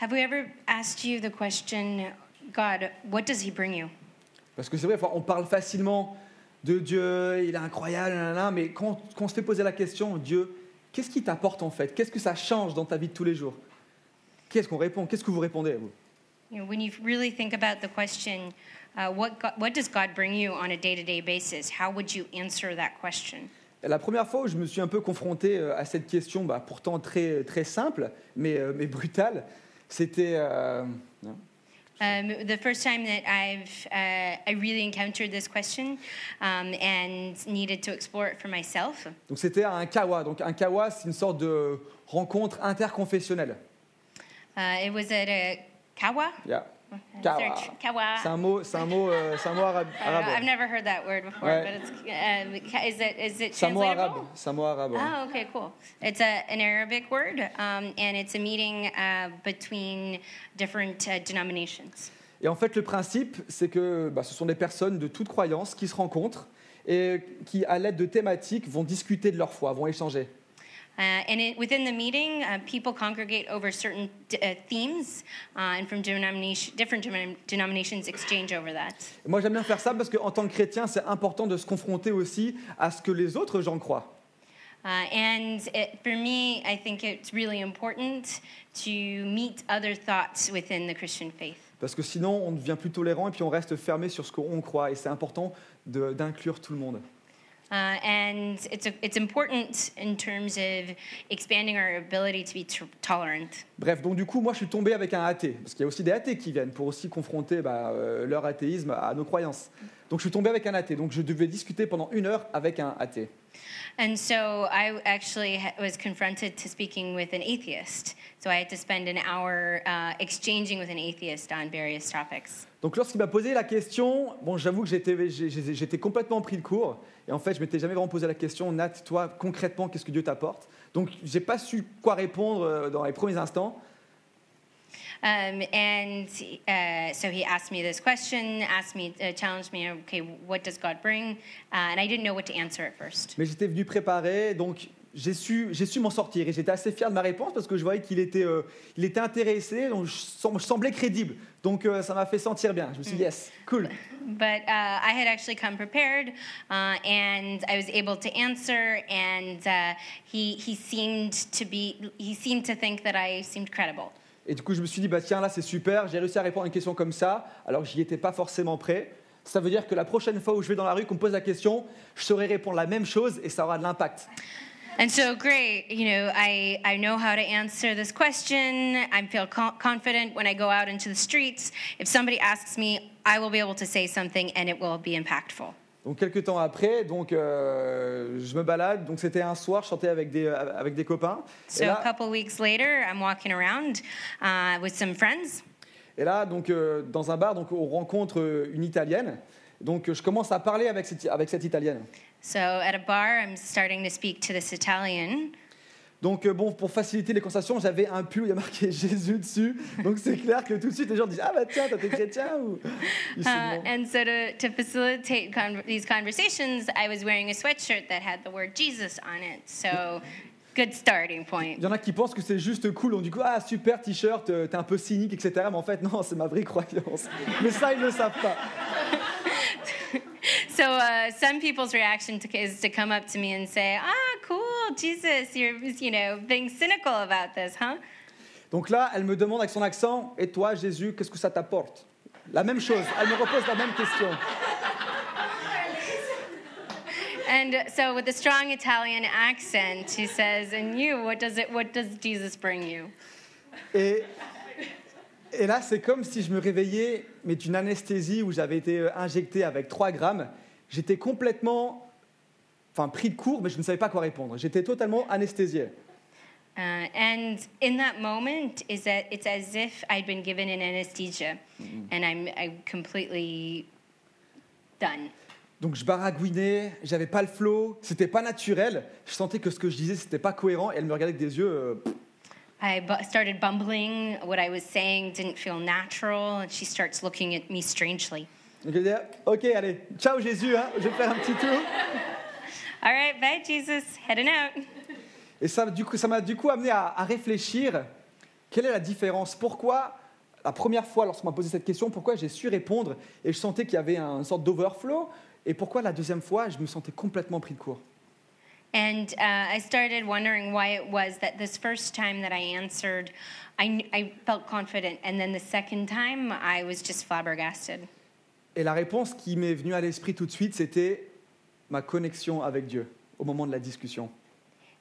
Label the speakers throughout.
Speaker 1: Have we ever asked you the question, God, what does He bring you?
Speaker 2: Parce que c'est vrai, enfin, on parle facilement de Dieu, il est incroyable, nanana, mais quand, quand on se fait poser la question, Dieu, qu'est-ce qui t'apporte en fait Qu'est-ce que ça change dans ta vie de tous les jours Qu'est-ce qu'on répond Qu'est-ce que vous répondez vous
Speaker 1: You know, when you really think about the question, uh, what, God, what does God bring you on a day to day basis? How would you answer that question?
Speaker 2: La première fois où je me suis un peu confronté euh, à cette question, bah, pourtant très, très simple, mais, euh, mais brutale, c'était... euh, non.
Speaker 1: Um, the first time that I've uh, I really encountered this question um, and needed to explore it for myself.
Speaker 2: donc c'était un kawa. Donc un kawa, c'est une sorte de rencontre interconfessionnelle.
Speaker 1: Uh, it was at a kawa.
Speaker 2: Yeah.
Speaker 1: Is
Speaker 2: Kawa.
Speaker 1: there a tr- kawa.
Speaker 2: C'est un mot, c'est un mot, euh, c'est un mot arabe.
Speaker 1: I don't know,
Speaker 2: arabe.
Speaker 1: I've never heard that word before,
Speaker 2: Ouais.
Speaker 1: but it's um, ca- is it is it
Speaker 2: C'est un mot arabe.
Speaker 1: translatable?
Speaker 2: C'est un mot arabe. ouais.
Speaker 1: Oh, okay, cool. It's a, an Arabic word, um, and it's a meeting uh, between different uh, denominations.
Speaker 2: Et en fait, le principe, c'est que bah, ce sont des personnes de toute croyance qui se rencontrent et qui, à l'aide de thématiques, vont discuter de leur foi, vont échanger.
Speaker 1: Uh, and it, within the meeting, uh, people congregate over certain d- uh, themes, uh, and from denomination, different denom- denominations exchange over that.
Speaker 2: Et moi, j'aime bien faire ça parce qu'en tant que chrétien, c'est important de se confronter aussi à ce que les autres gens croient.
Speaker 1: Uh, and it, for me, I think it's really important to meet other thoughts within the Christian faith.
Speaker 2: Parce que sinon, on devient plus tolérant et puis on reste fermé sur ce qu'on croit. Et c'est important de- d'inclure tout le monde.
Speaker 1: Uh, and it's, a, it's important in terms of expanding our ability to be t- tolerant.
Speaker 2: Bref, donc du coup, moi, je suis tombé avec un athée. Parce qu'il y a aussi des athées qui viennent pour aussi confronter bah, euh, leur athéisme à nos croyances. Donc je suis tombé avec un athée. Donc je devais discuter pendant une heure avec un athée.
Speaker 1: And so I actually ha- was confronted to speaking with an atheist. So I had to spend an hour uh, exchanging with an atheist on various topics.
Speaker 2: Donc lorsqu'il m'a posé la question, bon, j'avoue que j'étais- j'ai- j'ai- j'étais complètement pris de court. Et en fait, je m'étais jamais vraiment posé la question, Nat, toi, concrètement, qu'est-ce que Dieu t'apporte Donc j'ai pas su quoi répondre euh, dans les premiers instants.
Speaker 1: Um, and uh, so he asked me this question, asked me, uh, challenged me, okay, what does God bring? Uh, and I didn't know what to answer at first.
Speaker 2: Mais j'étais venu préparer, donc j'ai su, j'ai su m'en sortir. Et j'étais assez fier de ma réponse parce que je voyais qu'il était, euh, il était intéressé, donc je, sem- je semblais crédible. Donc euh, ça m'a fait sentir bien. Je me suis dit, yes, cool.
Speaker 1: But uh, I had actually come prepared, uh, and I was able to answer. And uh, he he seemed to be he seemed to think that I seemed credible.
Speaker 2: Et du coup, je me suis dit, bah tiens, là, c'est super, j'ai réussi à répondre à une question comme ça, alors que j'y étais pas forcément prêt. Ça veut dire que la prochaine fois où je vais dans la rue, qu'on me pose la question, je saurai répondre la même chose et ça aura de l'impact.
Speaker 1: And so great, you know, I I know how to answer this question. I feel co- confident when I go out into the streets. If somebody asks me, I will be able to say something, and it will be impactful.
Speaker 2: Donc, quelques temps après, donc, euh, je me balade. Donc, c'était un soir, je sortais avec des, euh, avec des copains.
Speaker 1: So
Speaker 2: et,
Speaker 1: a
Speaker 2: là,
Speaker 1: couple weeks later, I'm walking around uh, with some friends.
Speaker 2: et là, donc, euh, dans un bar, donc, on rencontre euh, une Italienne. Donc, euh, je commence à parler avec cette, avec cette Italienne.
Speaker 1: So at a bar, I'm starting to speak to this Italian.
Speaker 2: Donc, euh, bon, pour faciliter les conversations, j'avais un pull où il y a marqué Jésus dessus. Donc, c'est clair que tout de suite, les gens disent Ah, bah tiens, toi, t'es chrétien ou... Ils se
Speaker 1: Uh,
Speaker 2: demandent.
Speaker 1: and so to, to facilitate con- these conversations, I was wearing a sweatshirt that had the word Jesus on it. So good starting
Speaker 2: Il
Speaker 1: point.
Speaker 2: y en a qui pensent que c'est juste cool, on dit quoi, ah super t-shirt, euh, t'es un peu cynique, etc. Mais en fait, non, c'est ma vraie croyance. Mais ça, ils ne le savent pas.
Speaker 1: So uh, some people's reaction to, is to come up to me and say, ah, cool, Jesus, you're, you know, being cynical about this, huh?
Speaker 2: Donc là, elle me demande avec son accent, et toi, Jésus, qu'est-ce que ça t'apporte La même chose, elle me repose la même question.
Speaker 1: And so with a strong Italian accent, she says, and you, what does, it, what does Jesus bring you?
Speaker 2: Et, et là, c'est comme si je me réveillais, mais d'une anesthésie où j'avais été euh, injecté avec 3 grammes. J'étais complètement, enfin, pris de court, mais je ne savais pas quoi répondre. J'étais totalement anesthésié.
Speaker 1: Uh, and in that moment, is that it's as if I'd been given an anesthesia, and I'm I'm completely done.
Speaker 2: Donc je baragouinais, j'avais pas le flow, c'était pas naturel. Je sentais que ce que je disais c'était pas cohérent et elle me regardait avec des yeux. euh, pff.
Speaker 1: I bu- started bumbling. What I was saying didn't feel natural, and she starts looking at me strangely.
Speaker 2: Donc je disais, ok, allez, ciao Jésus, hein, je vais faire un petit tour.
Speaker 1: All right, bye, Jesus, heading out.
Speaker 2: Et ça, du coup, ça m'a du coup amené à, à réfléchir Quelle est la différence Pourquoi, la première fois, lorsqu'on m'a posé cette question, pourquoi j'ai su répondre et je sentais qu'il y avait un- une sorte d'overflow Et pourquoi la deuxième fois, je me sentais complètement pris de court
Speaker 1: And uh, I started wondering why it was that this first time that I answered, I, kn- I felt confident, and then the second time I was just flabbergasted.
Speaker 2: Et la réponse qui m'est venue à l'esprit tout de suite, c'était ma connexion avec Dieu au moment de la discussion.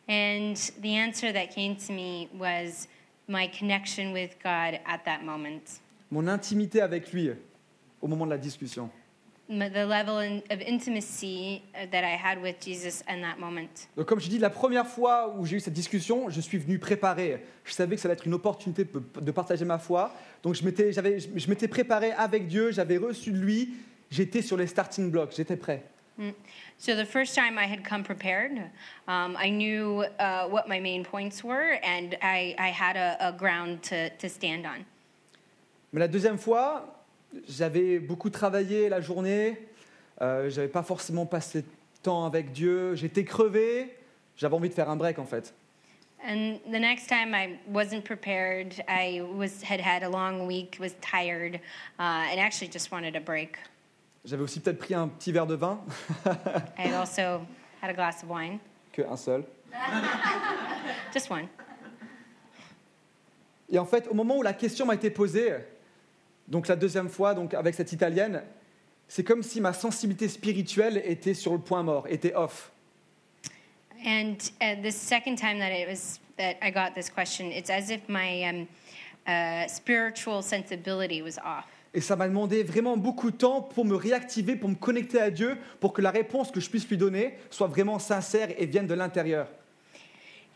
Speaker 1: And the answer that came to me was my connection with God at that moment,
Speaker 2: Mon intimité avec lui au moment de la discussion.
Speaker 1: M- the level in, of intimacy uh, that I had with Jesus in that moment.
Speaker 2: Donc comme je dis, la première fois où j'ai eu cette discussion, je suis venu préparé. Je savais que ça allait être une opportunité de de partager ma foi. Donc je m'étais, j'avais- je m'étais préparé avec Dieu, j'avais reçu de lui, j'étais sur les starting blocks, j'étais prêt.
Speaker 1: So the first time I had come prepared, um, I knew uh, what my main points were, and I, I had a, a ground to, to stand on.
Speaker 2: Mais la deuxième fois, j'avais beaucoup travaillé la journée, euh, j'avais pas forcément passé de temps avec Dieu, j'étais crevé, j'avais envie de faire un break en fait.
Speaker 1: And the next time I wasn't prepared. I was had had a long week, was tired, uh, and actually just wanted a break.
Speaker 2: J'avais aussi peut-être pris un petit verre de vin,
Speaker 1: I had also had a glass of wine,
Speaker 2: qu'un seul.
Speaker 1: just one.
Speaker 2: Et en fait, au moment où la question m'a été posée, donc la deuxième fois, donc avec cette italienne, c'est comme si ma sensibilité spirituelle était sur le point mort, était off.
Speaker 1: And uh, the second time that it was that I got this question, it's as if my um, uh, spiritual sensibility was off.
Speaker 2: Et ça m'a demandé vraiment beaucoup de temps pour me réactiver, pour me connecter à Dieu, pour que la réponse que je puisse lui donner soit vraiment sincère et vienne de l'intérieur.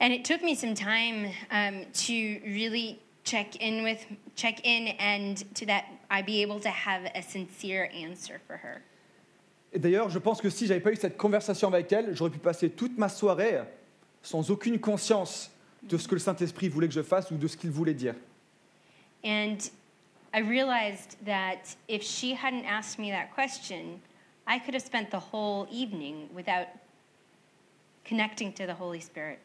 Speaker 1: And it took me some time um, to really check in with check in and to that I be able to have a sincere answer for her.
Speaker 2: Et d'ailleurs, je pense que si j'avais pas eu cette conversation avec elle, j'aurais pu passer toute ma soirée sans aucune conscience de ce que le Saint-Esprit voulait que je fasse ou de ce qu'il voulait dire.
Speaker 1: And I realized that if she hadn't asked me that question, I could have spent the whole evening without connecting to the Holy Spirit.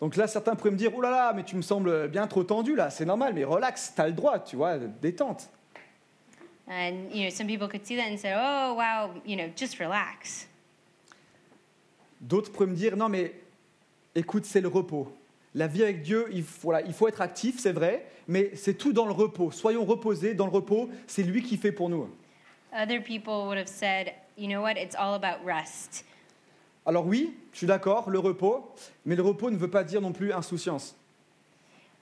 Speaker 2: Donc là, certains pourraient me dire, oh là là, mais tu me sembles bien trop tendu là, c'est normal, mais relax, t'as le droit, tu vois, détente.
Speaker 1: And you know, some people could see that and say, "Oh, wow, you know, just relax."
Speaker 2: D'autres pourraient me dire, non mais écoute, c'est le repos. La vie avec Dieu, il faut, voilà, il faut être actif, c'est vrai, mais c'est tout dans le repos. Soyons reposés dans le repos, c'est lui qui fait pour nous.
Speaker 1: Other people would have said, "You know what? It's all about rest."
Speaker 2: Alors oui, je suis d'accord, le repos, mais le repos ne veut pas dire non plus insouciance.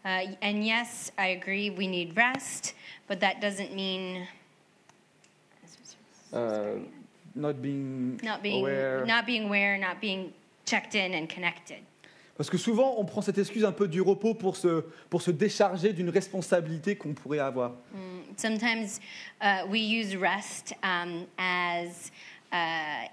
Speaker 1: Uh, and yes, I agree, we need rest, but that doesn't mean
Speaker 2: Euh, not being
Speaker 1: not being
Speaker 2: aware.
Speaker 1: not being aware, not being checked in and connected.
Speaker 2: Parce que souvent, on prend cette excuse un peu du repos pour se, pour se décharger d'une responsabilité qu'on pourrait avoir.
Speaker 1: Sometimes uh, we use rest um, as uh,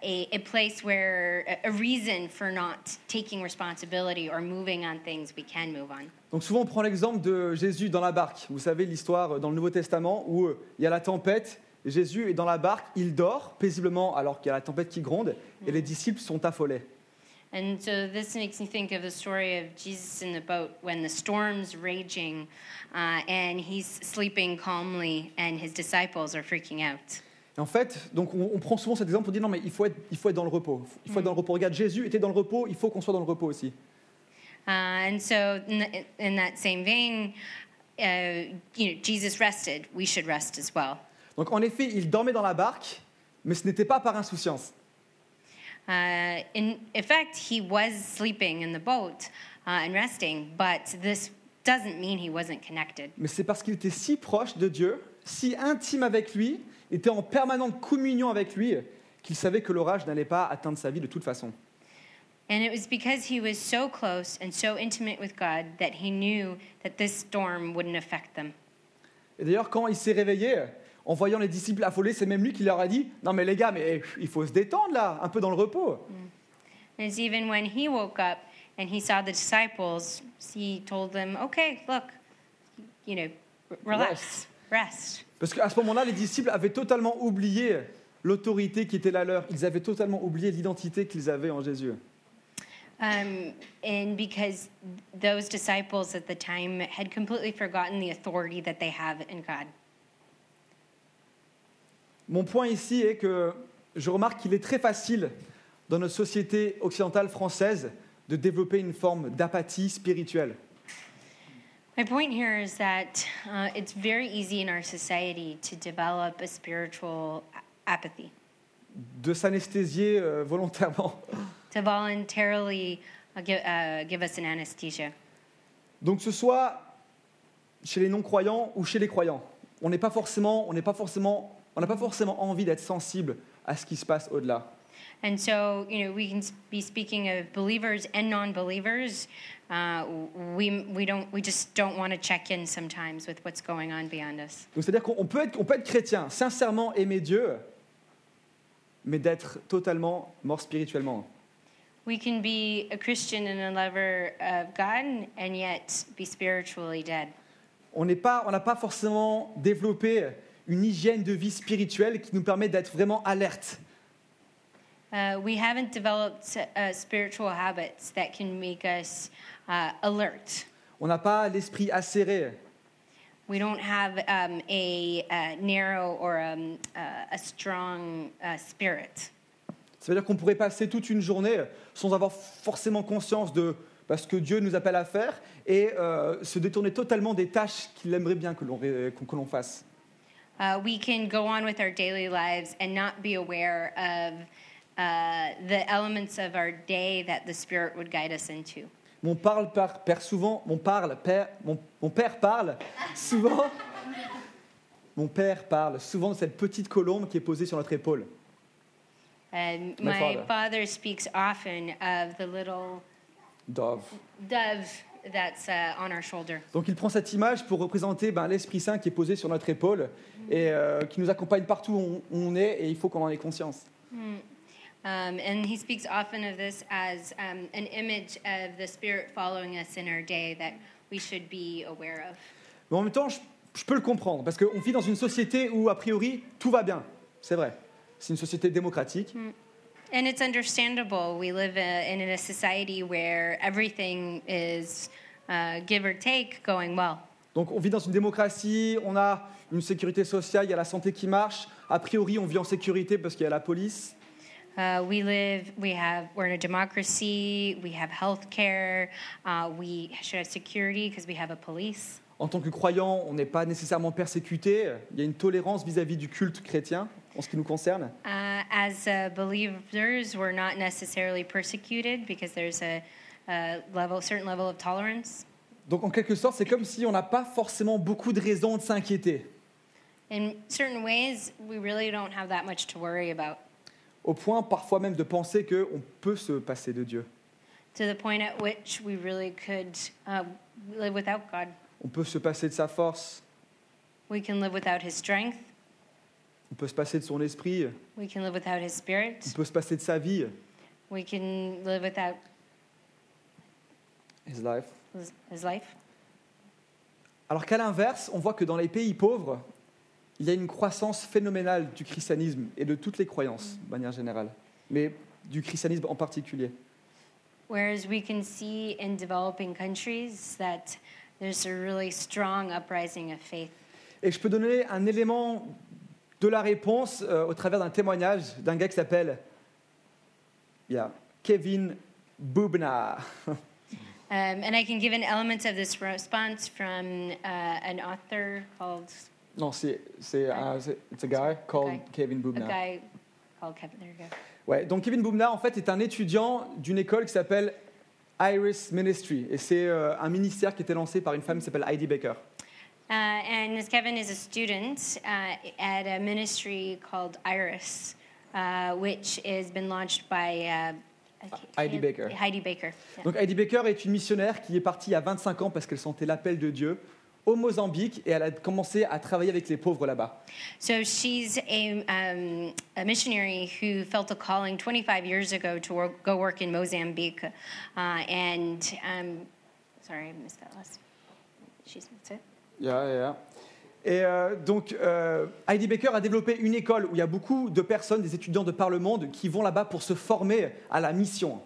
Speaker 1: a, a place where a a reason for not taking responsibility or moving on things we can move on.
Speaker 2: Donc souvent on prend l'exemple de Jésus dans la barque. Vous savez l'histoire euh, dans le Nouveau Testament où euh, il y a la tempête, Jésus est dans la barque, il dort paisiblement alors qu'il y a la tempête qui gronde et les disciples sont affolés.
Speaker 1: And so this makes me think of the story of Jesus in the boat when the storm's raging uh, and he's sleeping calmly and his disciples are freaking out.
Speaker 2: Et en fait, donc on, on prend souvent cet exemple pour dire non mais il faut être, il faut être dans le repos. Il faut être dans le repos. Regarde, Jésus était dans le repos, il faut qu'on soit dans le repos aussi.
Speaker 1: Uh, and so in, th- in that same vein, uh, you know, Jesus rested. We should rest as well.
Speaker 2: Donc en effet, il dormait dans la barque, mais ce n'était pas par insouciance.
Speaker 1: Uh, in effect, he was sleeping in the boat uh, and resting, but this doesn't mean he wasn't connected.
Speaker 2: Mais c'est parce qu'il était si proche de Dieu, si intime avec lui, était en permanente communion avec lui, qu'il savait que l'orage n'allait pas atteindre sa vie de toute façon.
Speaker 1: And it was because he was so close and so intimate with God that he knew that this storm wouldn't affect them.
Speaker 2: Et d'ailleurs, quand il s'est réveillé, en voyant les disciples affolés, c'est même lui qui leur a dit Non, mais les gars, mais eh, il faut se détendre là, un peu dans le repos.
Speaker 1: And it's even when he woke up and he saw the disciples, he told them, okay, look, you know, r- relax, rest.
Speaker 2: Parce qu'à ce moment-là, les disciples avaient totalement oublié l'autorité qui était la leur. Ils avaient totalement oublié l'identité qu'ils avaient en Jésus.
Speaker 1: Uh, Um, and because those disciples at the time had completely forgotten the authority that they have in God.
Speaker 2: Mon point ici est que je remarque qu'il est très facile dans notre société occidentale française de développer une forme d'apathie spirituelle.
Speaker 1: My point here is that uh, it's very easy in our society to develop a spiritual a- apathy,
Speaker 2: de s'anesthésier euh, volontairement.
Speaker 1: to voluntarily uh, give, uh, give us an anesthesia.
Speaker 2: Donc ce soit chez les non-croyants ou chez les croyants. On n'est pas forcément, on n'est pas forcément, on n'a pas forcément envie d'être sensible à ce qui se passe au-delà.
Speaker 1: And so, you know, we can s- be speaking of believers and non-believers. Uh, we we don't we just don't want to check in sometimes with what's going on beyond us.
Speaker 2: Donc c'est-à-dire qu'on on peut être, on peut être chrétien, sincèrement aimer Dieu, mais d'être totalement mort spirituellement.
Speaker 1: We can be a Christian and a lover of God, and yet be spiritually dead.
Speaker 2: On n'est pas, on n'a pas forcément développé une hygiène de vie spirituelle qui nous permet d'être vraiment alerte.
Speaker 1: Uh, we haven't developed uh, spiritual habits that can make us uh, alert.
Speaker 2: On n'a pas l'esprit acéré.
Speaker 1: We don't have um, a uh, narrow or um, uh, a strong uh, spirit.
Speaker 2: Ça veut dire qu'on pourrait passer toute une journée sans avoir forcément conscience de bah, ce que Dieu nous appelle à faire et euh, se détourner totalement des tâches qu'il aimerait bien que l'on ré- qu'on- que l'on fasse.
Speaker 1: Uh, we can go on with our daily lives and not be aware of uh, the elements of our day that the Spirit would guide us into.
Speaker 2: Mon, parle par- père souvent, mon, parle, père, mon, mon père parle souvent. Mon père parle souvent de cette petite colombe qui est posée sur notre épaule.
Speaker 1: And
Speaker 2: My
Speaker 1: Um, my
Speaker 2: father.
Speaker 1: father speaks often of the little
Speaker 2: Dove.
Speaker 1: dove that's uh, on our shoulder.
Speaker 2: Donc il prend cette image pour représenter ben, l'Esprit Saint qui est posé sur notre épaule et euh, qui nous accompagne partout où on- où on est et il faut qu'on en ait conscience.
Speaker 1: Um, and he speaks often of this as um, an image of the Spirit following us in our day that we should be aware of.
Speaker 2: Mais en même temps, je, je peux le comprendre, parce qu'on vit dans une société où, a priori, tout va bien. C'est vrai. C'est une société démocratique.
Speaker 1: And it's understandable. We live uh, in a society where everything is uh, give or take going well.
Speaker 2: Donc on vit dans une démocratie, on a une sécurité sociale, il y a la santé qui marche. A priori, on vit en sécurité parce qu'il y a la police.
Speaker 1: Uh, we live, we have, we're in a democracy, we have health care, uh, we should have security because we have a police.
Speaker 2: En tant que croyant, on n'est pas nécessairement persécuté. Il y a une tolérance vis-à-vis du culte chrétien, en ce qui nous concerne.
Speaker 1: Uh, as uh, believers, we're not necessarily persecuted because there's a, a level, certain level of tolerance.
Speaker 2: Donc en quelque sorte, c'est comme si on n'a pas forcément beaucoup de raisons de s'inquiéter.
Speaker 1: In certain ways, we really don't have that much to worry about.
Speaker 2: Au point parfois même de penser qu'on peut se passer de Dieu.
Speaker 1: To the point at which we really could uh, live without God.
Speaker 2: On peut se passer de sa force,
Speaker 1: We can live without His strength.
Speaker 2: on peut se passer de son esprit,
Speaker 1: We can live without His
Speaker 2: On
Speaker 1: Spirit.
Speaker 2: peut se passer de sa vie.
Speaker 1: We can live without
Speaker 2: His life.
Speaker 1: His, his life.
Speaker 2: Alors qu'à l'inverse, on voit que dans les pays pauvres, il y a une croissance phénoménale du christianisme et de toutes les croyances, de manière générale, mais du christianisme en particulier.
Speaker 1: Whereas we can see in developing countries that there's a really strong uprising of faith.
Speaker 2: Et je peux donner un élément de la réponse euh, au travers d'un témoignage d'un gars qui s'appelle il y a Kevin Boubna.
Speaker 1: Um, and I can give an element of this response from uh, an author called
Speaker 2: Non, c'est c'est un c'est- it's a guy called
Speaker 1: Guy.
Speaker 2: Kevin Boubna.
Speaker 1: a guy called Kevin. There you go.
Speaker 2: Ouais, donc Kevin Boumna, en fait, est un étudiant d'une école qui s'appelle Iris Ministry. Et c'est euh, un ministère qui était lancé par une femme qui s'appelle Heidi Baker.
Speaker 1: Uh, and this Kevin is a student uh, at a ministry called Iris, uh, which has been launched by uh, I can't-
Speaker 2: Heidi Baker.
Speaker 1: Heidi Baker. yeah.
Speaker 2: Donc Heidi Baker est une missionnaire qui est partie à 25 ans parce qu'elle sentait l'appel de Dieu au Mozambique et elle a commencé à travailler avec les pauvres là-bas.
Speaker 1: So she's a, um, a missionary who felt a calling 25 years ago to work, go work in Mozambique. Uh, and um, sorry, I missed that last. She's that's it.
Speaker 2: Yeah, yeah. Et euh, donc euh, Heidi Baker a développé une école où il y a beaucoup de personnes, des étudiants de par le monde, qui vont là-bas pour se former à la mission.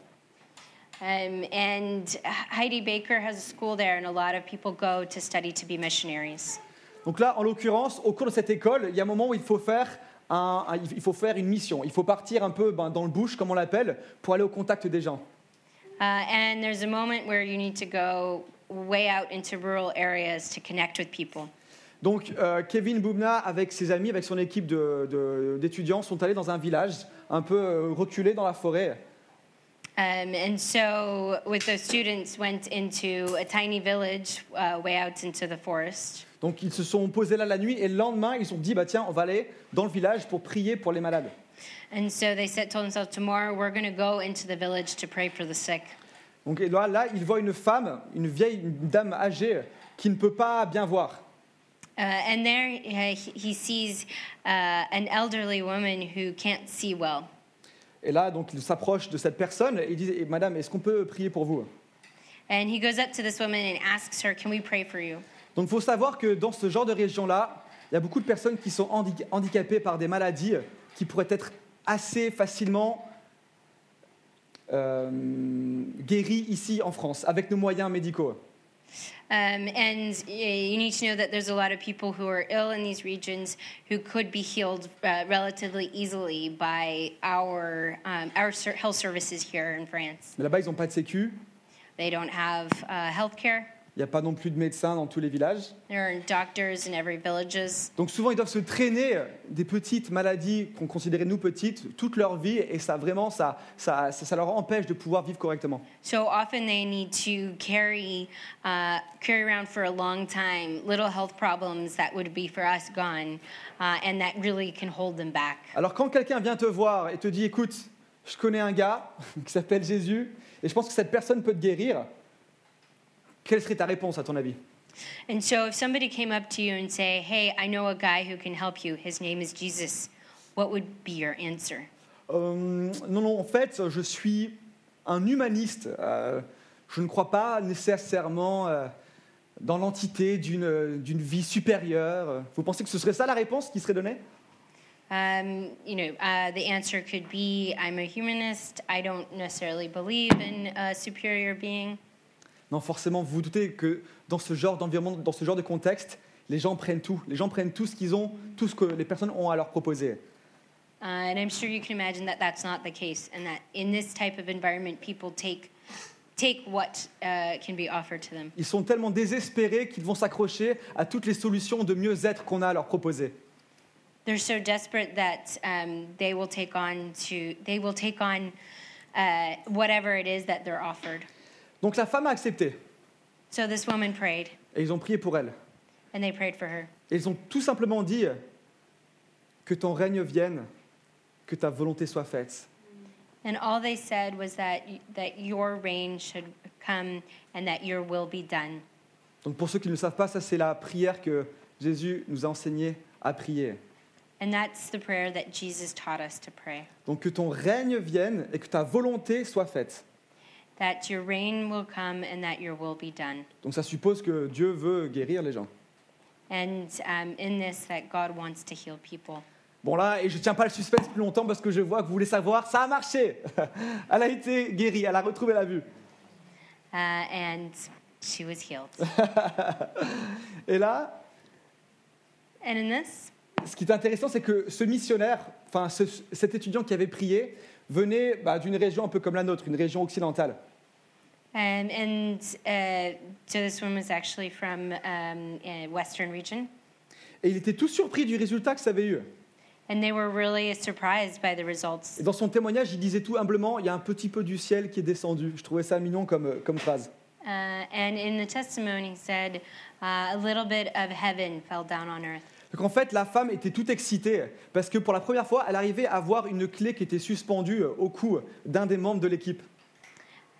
Speaker 1: Um, and Heidi Baker has a school there, and a lot of people go to study to be missionaries.
Speaker 2: Donc là, en l'occurrence, au cours de cette école, il y a un moment où il faut faire, un- un- il faut faire une mission. Il faut partir un peu ben, dans le bush, comme on l'appelle, pour aller au contact des gens.
Speaker 1: Uh, and there's a moment where you need to go way out into rural areas to connect with people.
Speaker 2: Donc euh, Kevin Boubna, avec ses amis, avec son équipe de- de- d'étudiants, sont allés dans un village un peu euh, reculé dans la forêt.
Speaker 1: Um, and so, with those students, went into a tiny village uh, way out into the forest.
Speaker 2: Donc ils se sont posés là la nuit et le lendemain, ils se sont dit, bah, tiens, on va aller dans le village pour prier pour les malades.
Speaker 1: And so they said, told themselves, tomorrow we're going to go into the village to pray for the sick.
Speaker 2: Donc et là, là, ils voient une femme, une vieille une dame âgée, qui ne peut pas bien voir.
Speaker 1: Uh, and there uh, he, he sees uh, an elderly woman who can't see well.
Speaker 2: Et là, donc, ils s'approchent de cette personne et ils disent, Eh, Madame, est-ce qu'on peut prier pour vous
Speaker 1: And he goes up to this woman and asks her, Can we pray for you?
Speaker 2: Donc il faut savoir que dans ce genre de région-là, il y a beaucoup de personnes qui sont handi- handicapées par des maladies qui pourraient être assez facilement euh, guéries ici en France, avec nos moyens médicaux.
Speaker 1: Um, and uh, you need to know that there's a lot of people who are ill in these regions who could be healed uh, relatively easily by our, um, our ser- health services here in France.
Speaker 2: Mais là-bas, ils n'ont pas de sécu,
Speaker 1: They don't have uh, health care.
Speaker 2: il n'y a pas non plus de médecins dans tous les villages.
Speaker 1: There aren't doctors in every villages.
Speaker 2: Donc souvent, ils doivent se traîner des petites maladies qu'on considérait nous petites toute leur vie et ça vraiment, ça, ça, ça, ça leur empêche de pouvoir vivre correctement.
Speaker 1: So often they need to carry uh, carry around for a long time little health problems that would be for us gone, uh, and that really can hold them back.
Speaker 2: Alors quand quelqu'un vient te voir et te dit, écoute, je connais un gars qui s'appelle Jésus et je pense que cette personne peut te guérir, quelle serait ta réponse à ton avis
Speaker 1: And so if somebody came up to you and say, "Hey, I know a guy who can help you. His name is Jesus," what would be your answer?
Speaker 2: Euh, Non, non, en fait, je suis un humaniste. Euh, je ne crois pas nécessairement euh, dans l'entité d'une d'une vie supérieure. Vous pensez que ce serait ça la réponse qui serait donnée
Speaker 1: Um, you know, uh, the answer could be, "I'm a humanist. I don't necessarily believe in a superior being."
Speaker 2: Non, forcément, vous vous doutez que dans ce genre d'environnement, dans ce genre de contexte, les gens prennent tout. Les gens prennent tout ce qu'ils ont, tout ce que les personnes ont à leur proposer.
Speaker 1: Uh, and I'm sure you can imagine that that's not the case, and that in this type of environment, people take take what uh, can be offered to them.
Speaker 2: Ils sont tellement désespérés qu'ils vont s'accrocher à toutes les solutions de mieux-être qu'on a à leur proposer.
Speaker 1: They're so desperate that um, they will take on to they will take on uh, whatever it is that they're offered.
Speaker 2: Donc la femme a accepté,
Speaker 1: So this woman prayed,
Speaker 2: et ils ont prié pour elle.
Speaker 1: and they prayed for her,
Speaker 2: Et ils ont tout simplement dit que ton règne vienne, que ta volonté soit faite.
Speaker 1: and all they said was that y- that your reign should come and that your will be done.
Speaker 2: Donc pour ceux qui ne le savent pas, ça c'est la prière que Jésus nous a enseigné à prier.
Speaker 1: And that's the prayer that Jesus taught us to pray.
Speaker 2: Donc que ton règne vienne et que ta volonté soit faite.
Speaker 1: That your reign will come and that your will be done.
Speaker 2: Donc ça suppose que Dieu veut guérir les gens.
Speaker 1: And um, in this, that God wants to heal people.
Speaker 2: Bon là, et je tiens pas le suspense plus longtemps parce que je vois que vous voulez savoir, ça a marché. elle a été guérie, elle a retrouvé la vue.
Speaker 1: Uh, and she was healed.
Speaker 2: Et là,
Speaker 1: and in this,
Speaker 2: ce qui est intéressant, c'est que ce missionnaire, enfin ce- cet étudiant qui avait prié, venait bah, d'une région un peu comme la nôtre, une région occidentale.
Speaker 1: um, and uh, so this one was actually from um, a Western region.
Speaker 2: Et il était tout surpris du résultat que ça avait eu.
Speaker 1: And they were really surprised by the
Speaker 2: Et
Speaker 1: results.
Speaker 2: dans son témoignage, il disait tout humblement, il y a un petit peu du ciel qui est descendu. Je trouvais ça mignon comme, euh, comme phrase.
Speaker 1: Uh, and in the testimony, he said, uh, a little bit of heaven fell down on earth.
Speaker 2: Donc en fait, la femme était toute excitée parce que pour la première fois, elle arrivait à voir une clé qui était suspendue euh, au cou d'un des membres de l'équipe.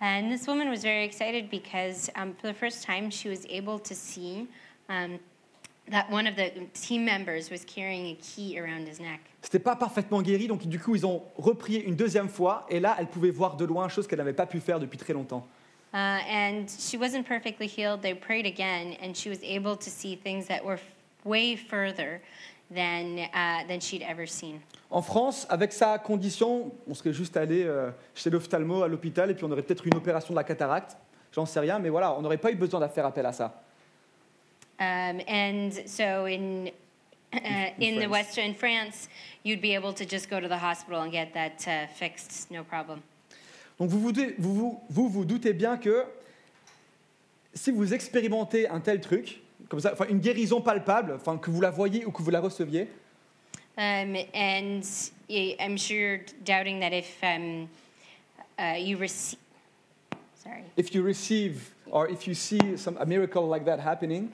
Speaker 1: And this woman was very excited because um, for the first time she was able to see um, that one of the team members was carrying a key around his neck.
Speaker 2: C'était pas parfaitement guéri, donc du coup, ils ont reprié une deuxième fois et là, elle pouvait voir de loin, chose qu'elle n'avait pas pu faire depuis très longtemps.
Speaker 1: Uh, and she wasn't perfectly healed. They prayed again, and she was able to see things that were f- way further than, uh, than she'd ever seen.
Speaker 2: En France, avec sa condition, on serait juste allé euh, chez l'ophtalmo à l'hôpital et puis on aurait peut-être eu une opération de la cataracte. J'en sais rien, mais voilà, on n'aurait pas eu besoin d'affaire appel à ça.
Speaker 1: Um, and so in, uh, in the
Speaker 2: France.
Speaker 1: Western in France, you'd be able to just go to the hospital and get that uh, fixed, no problem.
Speaker 2: Donc vous vous, dou- vous, vous, vous vous doutez bien que si vous expérimentez un tel truc, comme ça, enfin, une guérison palpable, enfin, que vous la voyiez ou que vous la receviez,
Speaker 1: Um, and y- I'm sure you're doubting that if um, uh, you receive, sorry,
Speaker 2: if you receive or if you see some, a miracle like that happening,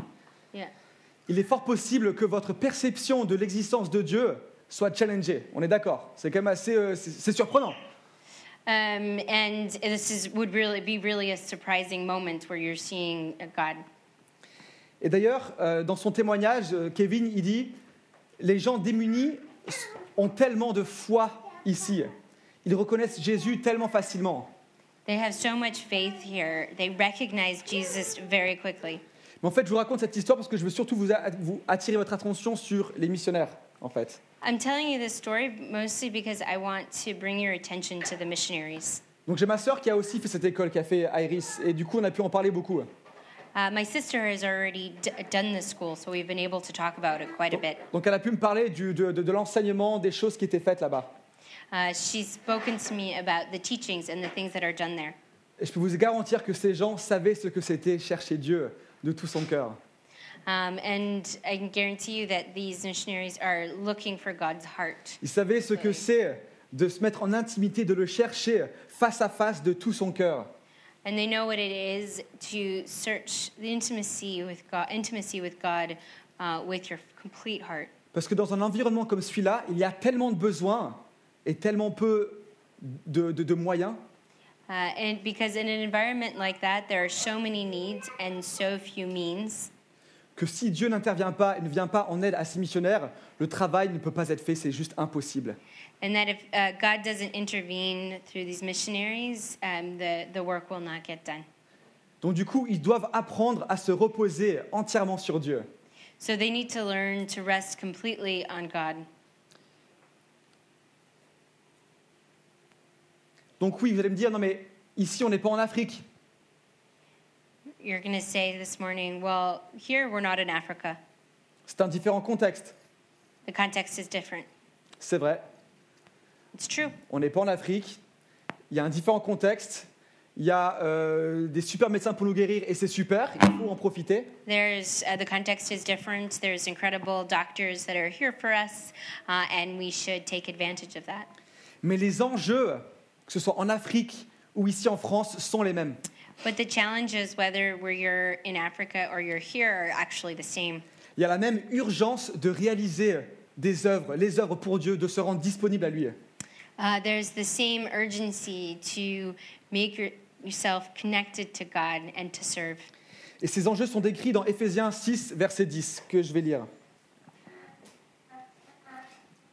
Speaker 1: yeah.
Speaker 2: il est fort possible que votre perception de l'existence de Dieu soit challengée. On est d'accord C'est quand même assez, euh, c'est c'est surprenant.
Speaker 1: Um, and this is would really be really a surprising moment where you're seeing a God.
Speaker 2: Et d'ailleurs, euh, dans son témoignage, euh, Kevin, il dit Les gens démunis ont tellement de foi ici. Ils reconnaissent Jésus tellement facilement.
Speaker 1: They have so much faith here. They recognize Jesus very quickly.
Speaker 2: Mais en fait, je vous raconte cette histoire parce que je veux surtout vous, a- vous attirer votre attention sur les missionnaires, en fait.
Speaker 1: I'm telling you this story mostly because I want to bring your attention to the missionaries.
Speaker 2: Donc j'ai ma sœur qui a aussi fait cette école, qui a fait Iris, et du coup on a pu en parler beaucoup.
Speaker 1: Uh, my sister has already d- done this school, so we've been able to talk about it quite a bit.
Speaker 2: Donc elle a pu me parler du- de, de- de l'enseignement, des choses qui étaient faites là-bas.
Speaker 1: Uh, she's spoken to me about the teachings and the things that are done there.
Speaker 2: Et je peux vous garantir que ces gens savaient ce que c'était chercher Dieu de tout son cœur.
Speaker 1: Um, and I can guarantee you that these missionaries are looking for God's heart.
Speaker 2: Ils savaient ce que c'est de se mettre en intimité, de le chercher face à face de tout son cœur.
Speaker 1: And they know what it is to search the intimacy with God, intimacy with God uh, with your complete heart.
Speaker 2: Parce que dans un environnement comme celui-là, il y a tellement de besoins et tellement peu de, de- de moyens
Speaker 1: Uh, and because in an environment like that, there are so many needs and so few means
Speaker 2: que si Dieu n'intervient pas et ne vient pas en aide à ses missionnaires, le travail ne peut pas être fait, c'est juste impossible.
Speaker 1: And that if uh, God doesn't intervene through these missionaries, um, the, the work will not get done.
Speaker 2: Donc du coup, ils doivent apprendre à se reposer entièrement sur Dieu.
Speaker 1: So they need to learn to rest completely on God.
Speaker 2: Donc oui, vous allez me dire, non mais ici on n'est pas en Afrique.
Speaker 1: You're going to say this morning, well, here we're not in Africa.
Speaker 2: C'est un différent contexte.
Speaker 1: The context is different.
Speaker 2: C'est vrai,
Speaker 1: It's true.
Speaker 2: on n'est pas en Afrique, il y a un différent contexte, il y a euh, des super médecins pour nous guérir et c'est super, il faut en profiter.
Speaker 1: There's uh, the context is different. There's incredible doctors that are here for us, uh, and we should take advantage of that.
Speaker 2: Mais les enjeux, que ce soit en Afrique ou ici en France, sont les mêmes.
Speaker 1: But the challenges, whether we're you're in Africa or you're here, are actually the same.
Speaker 2: Il y a la même urgence de réaliser des œuvres, les œuvres pour Dieu, de se rendre disponible à lui.
Speaker 1: Uh, there's the same urgency to make your, yourself connected to God and to serve.
Speaker 2: Et ces enjeux sont décrits dans Éphésiens 6, verset 10, que je vais lire.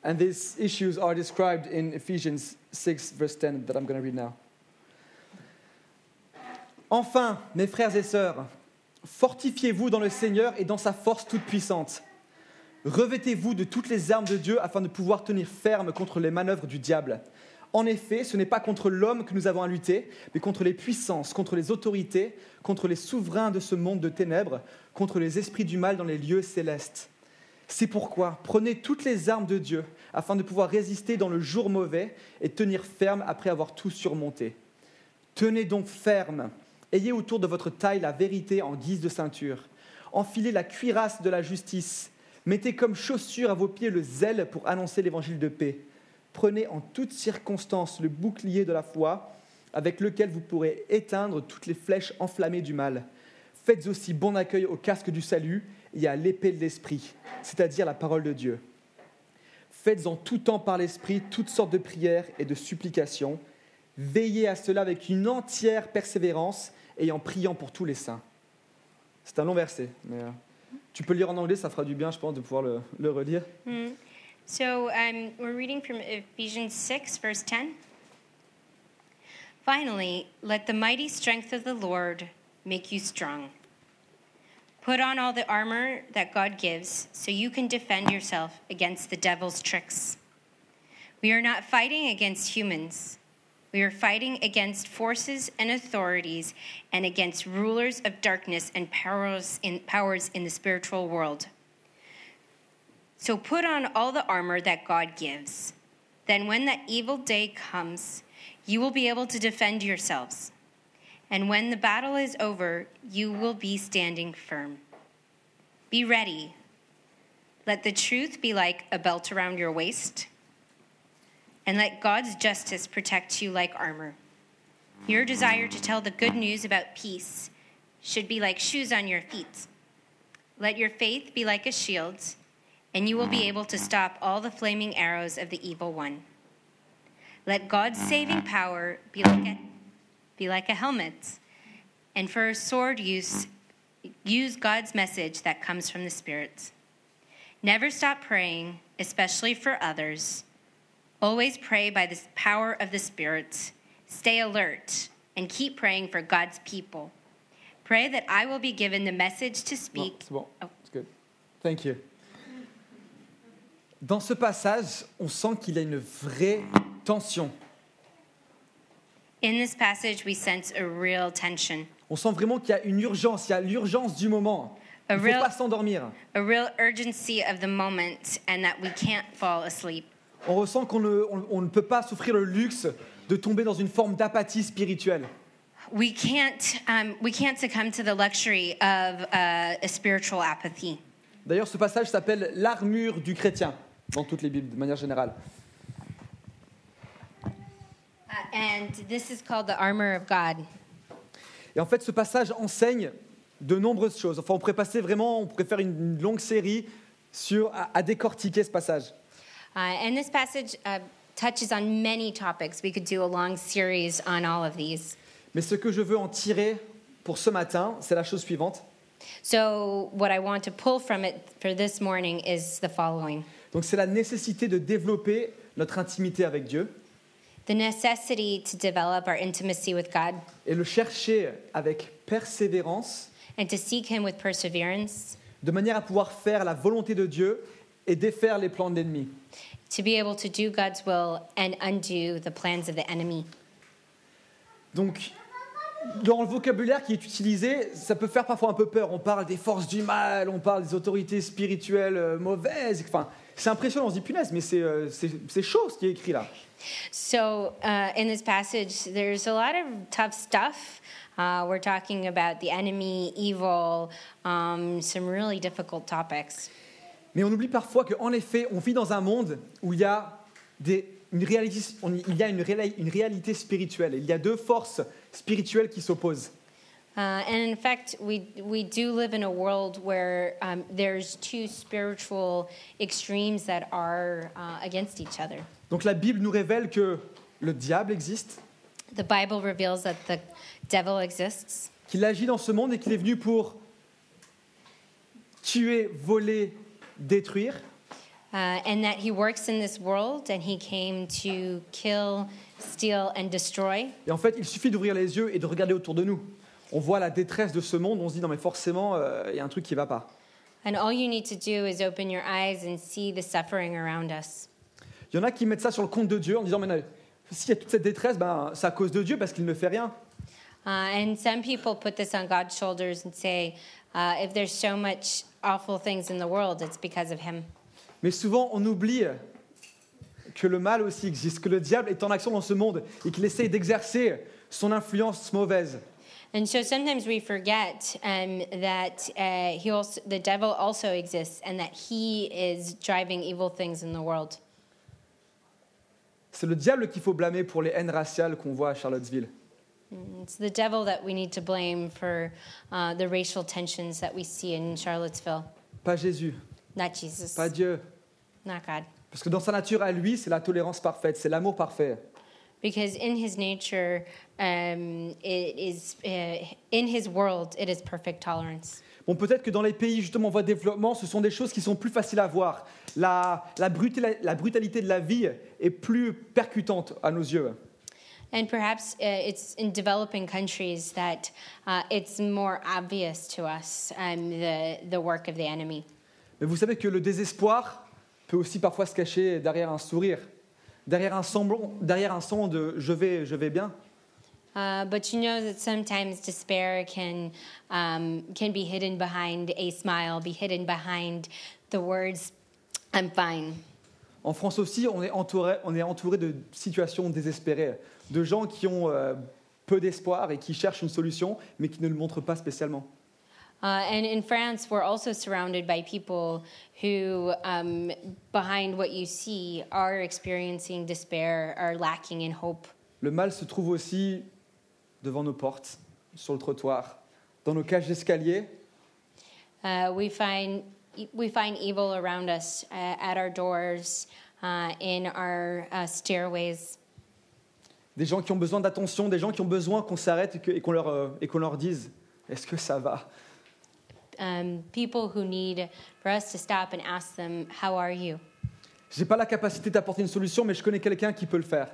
Speaker 2: And these issues are described in Ephesians 6, verse 10, that I'm going to read now. Enfin, mes frères et sœurs, fortifiez-vous dans le Seigneur et dans sa force toute puissante. Revêtez-vous de toutes les armes de Dieu afin de pouvoir tenir ferme contre les manœuvres du diable. En effet, ce n'est pas contre l'homme que nous avons à lutter, mais contre les puissances, contre les autorités, contre les souverains de ce monde de ténèbres, contre les esprits du mal dans les lieux célestes. C'est pourquoi prenez toutes les armes de Dieu afin de pouvoir résister dans le jour mauvais et tenir ferme après avoir tout surmonté. Tenez donc ferme. Ayez autour de votre taille la vérité en guise de ceinture. Enfilez la cuirasse de la justice. Mettez comme chaussure à vos pieds le zèle pour annoncer l'évangile de paix. Prenez en toutes circonstances le bouclier de la foi avec lequel vous pourrez éteindre toutes les flèches enflammées du mal. Faites aussi bon accueil au casque du salut et à l'épée de l'esprit, c'est-à-dire la parole de Dieu. Faites en tout temps par l'Esprit toutes sortes de prières et de supplications. Veillez à cela avec une entière persévérance et en priant pour tous les saints. C'est un long verset, mais euh, tu peux le lire en anglais, ça fera du bien, je pense, de pouvoir le, le relire.
Speaker 1: Mm. So um, we're reading from Ephesians 6, verse 10. Finally, let the mighty strength of the Lord make you strong. Put on all the armor that God gives so you can defend yourself against the devil's tricks. We are not fighting against humans. We are fighting against forces and authorities and against rulers of darkness and powers in, powers in the spiritual world. So put on all the armor that God gives. Then, when that evil day comes, you will be able to defend yourselves. And when the battle is over, you will be standing firm. Be ready. Let the truth be like a belt around your waist, and let God's justice protect you like armor. Your desire to tell the good news about peace should be like shoes on your feet. Let your faith be like a shield, and you will be able to stop all the flaming arrows of the evil one. Let God's saving power be like a, be like a helmet. And for sword use, use God's message that comes from the Spirit. Never stop praying, especially for others. Always pray by the power of the Spirit. Stay alert and keep praying for God's people. Pray that I will be given the message to
Speaker 2: Bon,
Speaker 1: speak.
Speaker 2: Ah, c'est bon.
Speaker 1: Oh.
Speaker 2: It's good. Thank you. Dans ce passage, on sent qu'il y a une vraie tension.
Speaker 1: In this passage, we sense a real tension,
Speaker 2: On sent vraiment qu'il y a une urgence, il y a l'urgence du moment. Il
Speaker 1: A
Speaker 2: ne faut
Speaker 1: real-
Speaker 2: pas s'endormir.
Speaker 1: a real urgency of the moment, and that we can't fall asleep.
Speaker 2: On ressent qu'on ne, on- on ne peut pas souffrir le luxe de tomber dans une forme d'apathie spirituelle.
Speaker 1: We can't, um, we can't succumb to the luxury of uh, a spiritual apathy.
Speaker 2: D'ailleurs, ce passage s'appelle l'armure du chrétien dans toutes les Bibles, de manière générale.
Speaker 1: Uh, and this is called the armor of God.
Speaker 2: Et en fait, ce passage enseigne de nombreuses choses. Enfin, on pourrait passer vraiment, on pourrait faire une une longue série sur, à, à décortiquer ce passage.
Speaker 1: Uh, and this passage uh, touches on many topics. We could do a long series on all of these.
Speaker 2: Mais ce que je veux en tirer pour ce matin, c'est la chose suivante.
Speaker 1: So, what I want to pull from it for this morning is the following
Speaker 2: Donc, c'est la nécessité de développer notre intimité avec Dieu
Speaker 1: the necessity to develop our intimacy with God
Speaker 2: et le chercher avec persévérance,
Speaker 1: and to seek Him with perseverance,
Speaker 2: de manière à pouvoir faire la volonté de Dieu et défaire les plans de l'ennemi.
Speaker 1: to be able to do God's will and undo the plans of the enemy.
Speaker 2: Donc, dans le vocabulaire qui est utilisé, ça peut faire parfois un peu peur. On parle des forces du mal, on parle des autorités spirituelles euh, mauvaises. Enfin, c'est impressionnant, on se dit punaise, mais c'est euh, c'est- c'est chaud ce qui est écrit là.
Speaker 1: So, uh, in this passage, there's a lot of tough stuff. Uh, we're talking about the enemy, evil, um, some really difficult topics.
Speaker 2: Mais on oublie parfois qu'en effet, on vit dans un monde où il y a, des- une, réalité, on- il y a une, réla- une réalité spirituelle. Il y a deux forces spirituelles qui s'opposent.
Speaker 1: Uh, and in fact, we, we do live in a world where um, there's two spiritual extremes that are uh, against each other.
Speaker 2: Donc la Bible nous révèle que le diable existe,
Speaker 1: The Bible reveals that the devil exists,
Speaker 2: qu'il agit dans ce monde et qu'il est venu pour tuer, voler, détruire.
Speaker 1: uh, and that he works in this world, and he came to kill, steal, and destroy.
Speaker 2: Et en fait, il suffit d'ouvrir les yeux et de regarder autour de nous. On voit la détresse de ce monde, on se dit non mais forcément, euh, il y a un truc qui ne va pas.
Speaker 1: And all you need to do is open your eyes and see the suffering around us.
Speaker 2: Il y en a qui mettent ça sur le compte de Dieu en disant mais non, s'il y a toute cette détresse, ben, c'est à cause de Dieu parce qu'il ne fait rien.
Speaker 1: Uh, and some people put this on God's shoulders and say, uh, if there's so much awful things in the world, it's because of him.
Speaker 2: Mais souvent, on oublie que le mal aussi existe, que le diable est en action dans ce monde et qu'il essaye d'exercer son influence mauvaise.
Speaker 1: And so sometimes we forget um, that uh, he also, the devil also exists and that he is driving evil things in the world.
Speaker 2: C'est le diable qu'il faut blâmer pour les haines raciales qu'on voit à Charlottesville.
Speaker 1: It's the devil that we need to blame for uh, the racial tensions that we see in Charlottesville,
Speaker 2: Pas Jésus,
Speaker 1: not Jesus,
Speaker 2: pas Dieu.
Speaker 1: not God.
Speaker 2: Parce que dans sa nature à lui, c'est la tolérance parfaite, c'est l'amour parfait.
Speaker 1: Because in his nature, um, it is uh, in his world, it is perfect tolerance.
Speaker 2: Bon, peut-être que dans les pays justement en voie de développement, ce sont des choses qui sont plus faciles à voir. La, la bruta- la brutalité de la vie est plus percutante à nos yeux.
Speaker 1: And perhaps uh, it's in developing countries that uh, it's more obvious to us um, the, the work of the enemy.
Speaker 2: Mais vous savez que le désespoir peut aussi parfois se cacher derrière un sourire, derrière un semblant, derrière un son de je vais, je vais bien.
Speaker 1: Uh, but you know that sometimes despair can, um, can be hidden behind a smile, be hidden behind the words, I'm fine.
Speaker 2: En France aussi, on est entouré, on est entouré de situations désespérées, de gens qui ont euh, peu d'espoir et qui cherchent une solution, mais qui ne le montrent pas spécialement.
Speaker 1: Uh, and in France, we're also surrounded by people who, um, behind what you see, are experiencing despair, are lacking in hope.
Speaker 2: Le mal se trouve aussi devant nos portes, sur le trottoir, dans nos cages d'escalier,
Speaker 1: Uh, we find we find evil around us uh, at our doors, uh, in our uh, stairways.
Speaker 2: des gens qui ont besoin d'attention, des gens qui ont besoin qu'on s'arrête et que- et qu'on leur, euh, et qu'on leur dise est-ce que ça va
Speaker 1: Um, people who need for us to stop and ask them, "How are you?"
Speaker 2: J'ai pas la capacité d'apporter une solution, mais je connais quelqu'un qui peut le faire.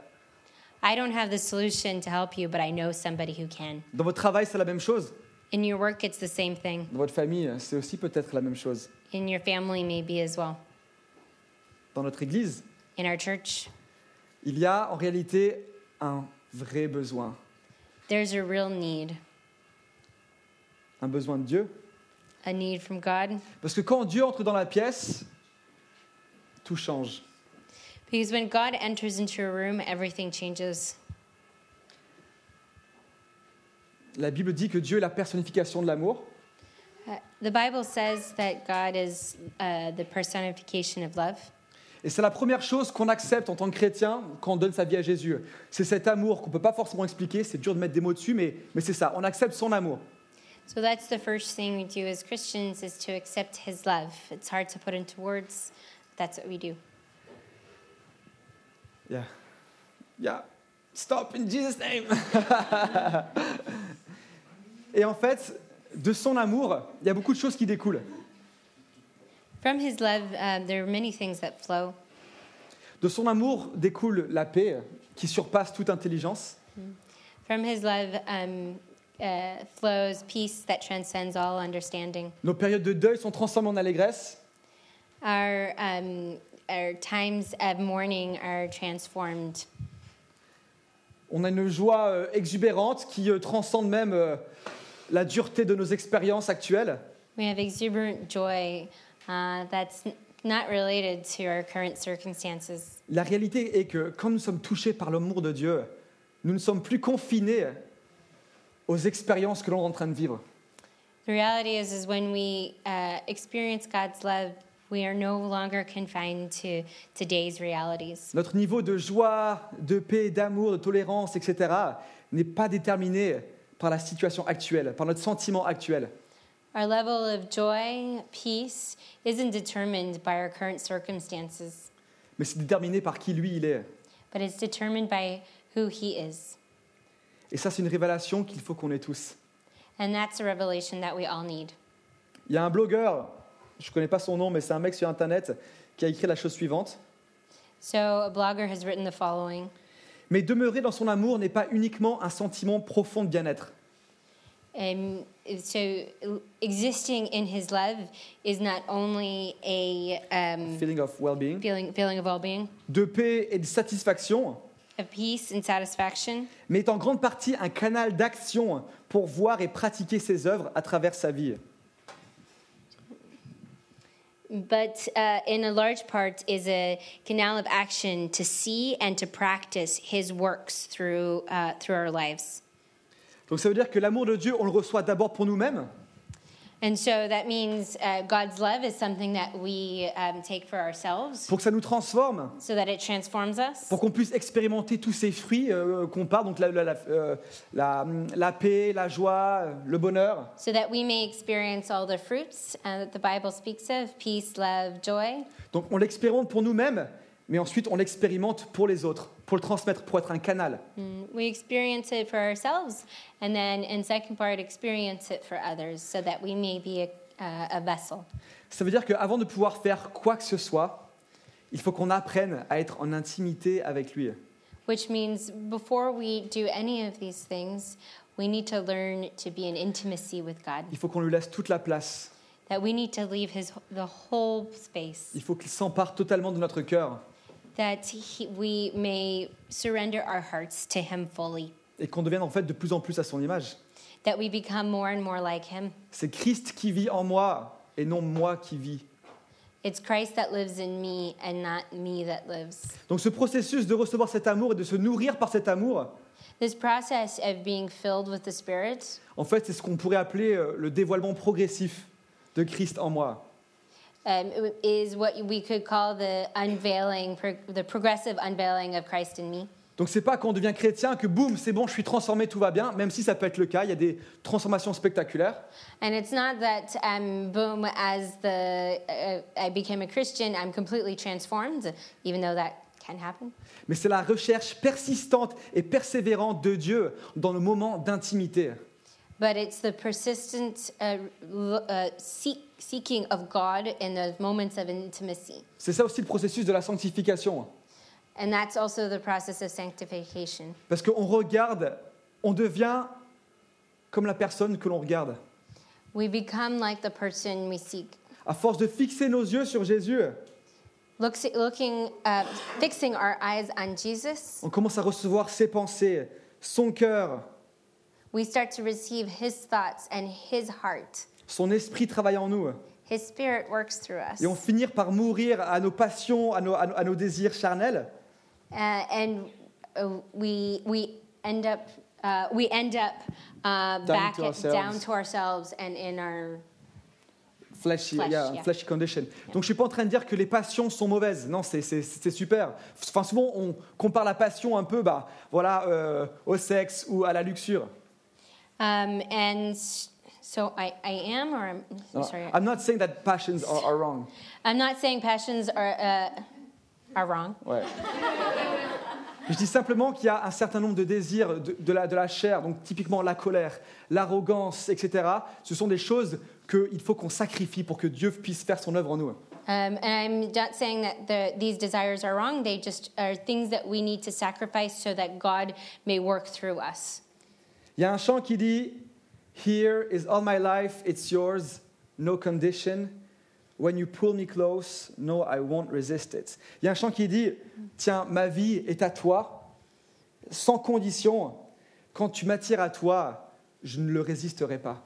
Speaker 1: I don't have the solution to help you, but I know somebody who can.
Speaker 2: Dans votre travail, c'est la même chose.
Speaker 1: In your work, it's the same thing.
Speaker 2: Dans votre famille, c'est aussi peut-être la même chose.
Speaker 1: In your family, maybe as well.
Speaker 2: Dans notre église,
Speaker 1: In our church,
Speaker 2: il y a en réalité un vrai besoin,
Speaker 1: there's a real need,
Speaker 2: un besoin de Dieu.
Speaker 1: a need from God.
Speaker 2: Parce que quand Dieu entre dans la pièce, tout change.
Speaker 1: Because when God enters into a room, everything changes.
Speaker 2: La Bible dit que Dieu est la personnification de l'amour.
Speaker 1: Uh, The Bible says that God is uh, the personification of love.
Speaker 2: Et c'est la première chose qu'on accepte en tant que chrétien quand on donne sa vie à Jésus. C'est cet amour qu'on ne peut pas forcément expliquer, c'est dur de mettre des mots dessus, mais, mais c'est ça, on accepte son amour.
Speaker 1: So that's the first thing we do as Christians is to accept his love. It's hard to put into words. That's what we do.
Speaker 2: Yeah. Yeah. Stop in Jesus' name. Et en fait, de son amour, il y a beaucoup de choses qui découlent.
Speaker 1: From his love, uh, there are many things that flow.
Speaker 2: De son amour découle la paix qui surpasse toute intelligence.
Speaker 1: From his love um, uh, flows peace that transcends all understanding.
Speaker 2: Nos périodes de deuil sont transformées en allégresse.
Speaker 1: Our, um, our times of mourning are transformed.
Speaker 2: On a une joie euh, exubérante qui euh, transcende même euh, la dureté de nos expériences actuelles.
Speaker 1: We have exuberant joy uh, that's n- not related to our current circumstances.
Speaker 2: La réalité est que quand nous sommes touchés par l'amour de Dieu, nous ne sommes plus confinés aux expériences que l'on est en train de vivre.
Speaker 1: The reality is, is when we uh, experience God's love, we are no longer confined to today's realities.
Speaker 2: Notre niveau de joie, de paix, d'amour, de tolérance, etc., n'est pas déterminé par la situation actuelle, par notre sentiment actuel.
Speaker 1: Our level of joy, peace, isn't determined by our current circumstances,
Speaker 2: mais c'est déterminé par qui lui il est.
Speaker 1: but it's determined by who He is.
Speaker 2: Et ça, c'est une révélation qu'il faut qu'on ait tous.
Speaker 1: And that's a revelation that we all need.
Speaker 2: Il y a un blogueur, je ne connais pas son nom, mais c'est un mec sur Internet qui a écrit la chose suivante.
Speaker 1: So, a blogger has written the following
Speaker 2: Mais demeurer dans son amour n'est pas uniquement un sentiment profond de bien-être.
Speaker 1: um, So, existing in His love is not only a um,
Speaker 2: Feeling of well-being,
Speaker 1: feeling, feeling of well being,
Speaker 2: de paix et de satisfaction,
Speaker 1: of peace and satisfaction.
Speaker 2: mais est en grande partie un canal d'action pour voir et pratiquer ses œuvres à travers sa vie.
Speaker 1: but uh, in a large part is a canal of action to see and to practice his works through uh, through our lives
Speaker 2: Donc ça veut dire que l'amour de Dieu, on le reçoit d'abord pour nous-mêmes,
Speaker 1: and so that means uh, god's love is something that we um, take for ourselves
Speaker 2: pour que ça nous transforme,
Speaker 1: so that it transforms us
Speaker 2: pour qu'on puisse expérimenter tous ces fruits euh, qu'on parle, donc la, la- la- euh, la- la paix, la joie, euh, le bonheur.
Speaker 1: so that we may experience all the fruits uh, that the bible speaks of peace love joy
Speaker 2: Donc on l'expérimente pour nous-mêmes, mais ensuite on l'expérimente pour les autres, pour le transmettre, pour être un canal.
Speaker 1: Mm, we experience it for ourselves and then in second part experience it for others so that we may be a, uh, a vessel
Speaker 2: Ça veut dire qu'avant de pouvoir faire quoi que ce soit, il faut qu'on apprenne à être en intimité avec lui.
Speaker 1: which means before we do any of these things, we need to learn to be in intimacy with God,
Speaker 2: Il faut qu'on lui laisse toute la place.
Speaker 1: that we need to leave his, the whole space,
Speaker 2: Il faut qu'il s'empare totalement de notre cœur
Speaker 1: that he, we may surrender our hearts to him fully,
Speaker 2: et qu'on devienne en fait de plus en plus à son image.
Speaker 1: that we become more and more like him.
Speaker 2: C'est Christ qui vit en moi et non moi qui vis.
Speaker 1: It's Christ that lives in me and not me that lives.
Speaker 2: Donc ce processus de recevoir cet amour et de se nourrir par cet amour,
Speaker 1: This process of being filled with the Spirit,
Speaker 2: en fait, c'est ce qu'on pourrait appeler euh, le dévoilement progressif de Christ en moi.
Speaker 1: um, is what we could call the unveiling, pro- the progressive unveiling of Christ in me.
Speaker 2: Donc c'est pas quand on devient chrétien que boum, c'est bon, je suis transformé, tout va bien, même si ça peut être le cas, il y a des transformations spectaculaires,
Speaker 1: And it's not that um, boom, as the uh, I became a Christian, I'm completely transformed, even though that can happen.
Speaker 2: mais c'est la recherche persistante et persévérante de Dieu dans le moment d'intimité.
Speaker 1: But it's the persistent uh, l- uh, seek, seeking of God in those moments of intimacy,
Speaker 2: C'est ça aussi le processus de la sanctification, hein.
Speaker 1: and that's also the process of sanctification.
Speaker 2: parce qu'on regarde, on devient comme la personne que l'on regarde.
Speaker 1: We become like the person we seek.
Speaker 2: À force de fixer nos yeux sur Jésus,
Speaker 1: Looks, looking, uh, fixing our eyes on Jesus,
Speaker 2: on commence à recevoir ses pensées, son cœur,
Speaker 1: we start to receive His thoughts and His heart.
Speaker 2: son esprit travaille en nous.
Speaker 1: His Spirit works through us.
Speaker 2: Et on finit par mourir à nos passions, à nos, à nos- à nos désirs charnels,
Speaker 1: uh, and uh, we we end up uh, we end up uh, back
Speaker 2: to
Speaker 1: at, down
Speaker 2: ourselves.
Speaker 1: to ourselves and in our
Speaker 2: Flashy,
Speaker 1: Flesh,
Speaker 2: yeah,
Speaker 1: yeah.
Speaker 2: flashy condition. Donc je suis pas en train de dire que les passions sont mauvaises. Non, c'est- c'est c'est super. Enfin, souvent on compare la passion un peu, bah, voilà, euh, au sexe ou à la luxure.
Speaker 1: um, and s- so I, I am or I'm, I'm sorry
Speaker 2: Uh, Ah, I'm not saying that passions are, are wrong.
Speaker 1: I'm not saying passions are uh, are wrong.
Speaker 2: Ouais. Je dis simplement qu'il y a un certain nombre de désirs de, de la, de la chair, donc typiquement la colère, l'arrogance, etc. Ce sont des choses qu'il faut qu'on sacrifie pour que Dieu puisse faire son œuvre en nous.
Speaker 1: Um, and I'm not saying that the, these desires are wrong. They just are things that we need to sacrifice so that God may work through us.
Speaker 2: Il y a un chant qui dit Here is all my life, it's yours, no condition. When you pull me close, no, I won't resist it. Il y a un chant qui dit Tiens, ma vie est à toi, sans condition. Quand tu m'attires à toi, je ne le résisterai pas.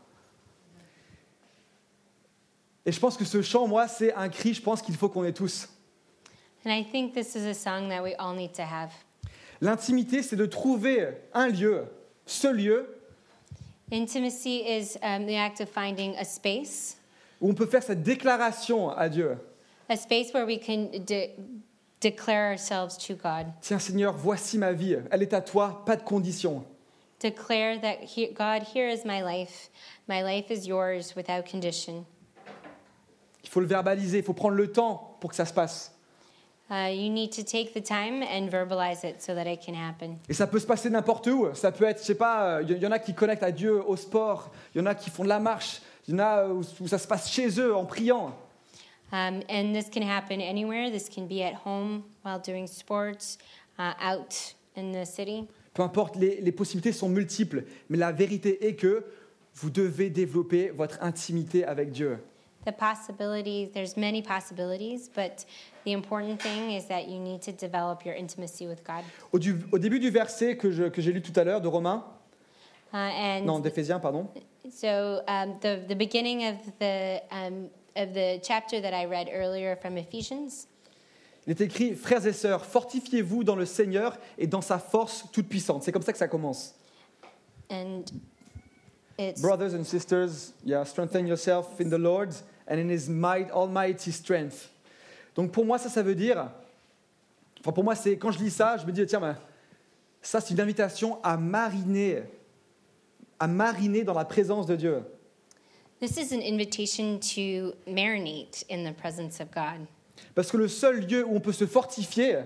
Speaker 2: Et je pense que ce chant, moi, c'est un cri, je pense qu'il faut qu'on ait tous.
Speaker 1: And I think this is a song that we all need to have.
Speaker 2: L'intimité, c'est de trouver un lieu, ce lieu,
Speaker 1: Intimacy is um, the act of finding a space
Speaker 2: où on peut faire cette déclaration à Dieu.
Speaker 1: a space where we can de- declare ourselves to God,
Speaker 2: Tiens Seigneur, voici ma vie, elle est à toi, pas de condition.
Speaker 1: declare that he- God, here is my life. My life is yours without condition.
Speaker 2: Il faut le verbaliser, il faut prendre le temps pour que ça se passe.
Speaker 1: Uh, you need to take the time and verbalize it so that it can happen.
Speaker 2: Et ça peut se passer n'importe où. Ça peut être, je sais pas, euh, il y- il y en a qui connectent à Dieu au sport, il y en a qui font de la marche, il y en a euh, où, où ça se passe chez eux en priant.
Speaker 1: Um, and this can happen anywhere. This can be at home while doing sports, uh, out in the city.
Speaker 2: Peu importe, les, les possibilités sont multiples. Mais la vérité est que vous devez développer votre intimité avec Dieu.
Speaker 1: The possibilities, there's many possibilities, but the important thing is that you need to develop your intimacy with God.
Speaker 2: Au, du- au début du verset que je- que j'ai lu tout à l'heure de Romains,
Speaker 1: Uh, and
Speaker 2: non, d'Éphésiens, pardon,
Speaker 1: So um, the the beginning of the um, of the chapter that I read earlier from Ephesians,
Speaker 2: Il est écrit Frères et sœurs, fortifiez-vous dans le Seigneur et dans sa force toute puissante. C'est comme ça que ça commence.
Speaker 1: and it's
Speaker 2: Brothers and sisters, yeah, strengthen yourself in the Lord and in his might, almighty strength. Donc pour moi, ça, ça veut dire. Enfin, pour moi, c'est quand je lis ça, je me dis tiens, ben, ça, c'est une invitation à mariner, à mariner dans la présence de Dieu.
Speaker 1: this is an invitation to marinate in the presence of God,
Speaker 2: Parce que le seul lieu où on peut se fortifier,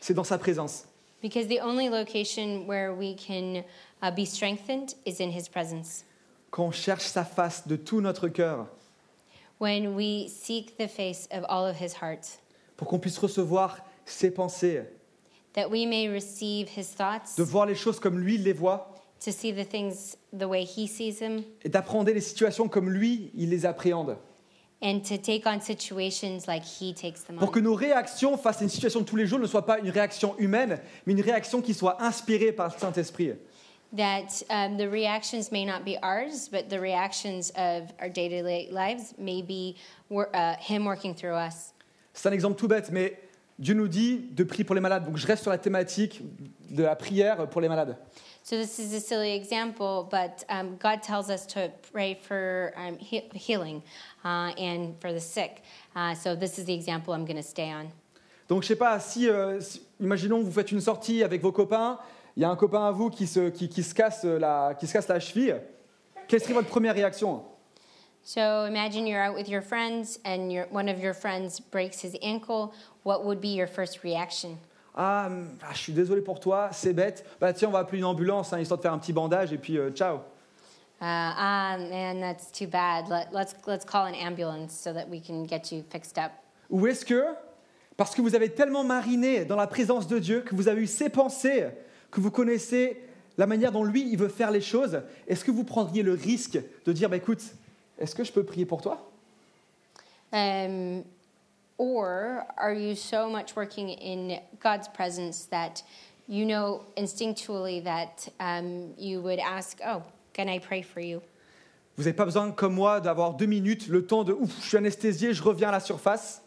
Speaker 2: c'est dans sa présence.
Speaker 1: because the only location where we can uh, be strengthened is in His presence.
Speaker 2: Quand on cherche sa face de tout notre cœur,
Speaker 1: When we seek the face of all of His heart,
Speaker 2: pour qu'on puisse recevoir ses pensées,
Speaker 1: that we may receive his thoughts,
Speaker 2: de voir les choses comme lui il les voit
Speaker 1: to see the things the way he sees them,
Speaker 2: et d'appréhender les situations comme lui il les appréhende.
Speaker 1: and to take on situations like he takes them
Speaker 2: Pour que
Speaker 1: on.
Speaker 2: nos réactions face à une situation de tous les jours ne soient pas une réaction humaine, mais une réaction qui soit inspirée par le Saint-Esprit.
Speaker 1: That um, the reactions may not be ours, but the reactions of our day to day lives may be wor- uh, him working through us.
Speaker 2: C'est un exemple tout bête, mais Dieu nous dit de prier pour les malades. Donc je reste sur la thématique de la prière pour les malades.
Speaker 1: So this is a silly example, but um, God tells us to pray for um, he- healing uh, and for the sick. Uh, so this is the example I'm going to stay on.
Speaker 2: Donc je sais pas, si, euh, si- imaginons vous faites une sortie avec vos copains, il y a un copain à vous qui se, qui, qui se, casse, euh, la, qui se casse la cheville, quelle serait votre première réaction
Speaker 1: So imagine you're out with your friends and your, one of your friends breaks his ankle. What would be your first reaction?
Speaker 2: ah, hum, ah, je suis désolé pour toi, c'est bête. Bah tiens, on va appeler une ambulance, hein, histoire de faire un petit bandage et puis euh, ciao.
Speaker 1: Uh, ah, man, that's too bad. Let, let's, let's call an ambulance so that we can get you fixed up.
Speaker 2: Ou est-ce que, parce que vous avez tellement mariné dans la présence de Dieu, que vous avez eu ses pensées, que vous connaissez la manière dont lui, il veut faire les choses, est-ce que vous prendriez le risque de dire, bah, écoute, est-ce que je peux prier pour toi
Speaker 1: Um, or are you so much working in God's presence that you know instinctually that um, you would ask, Oh, can I pray for you?
Speaker 2: Vous n'avez pas besoin, comme moi, d'avoir deux minutes, le temps de, ouf, je suis anesthésié, je reviens à la surface.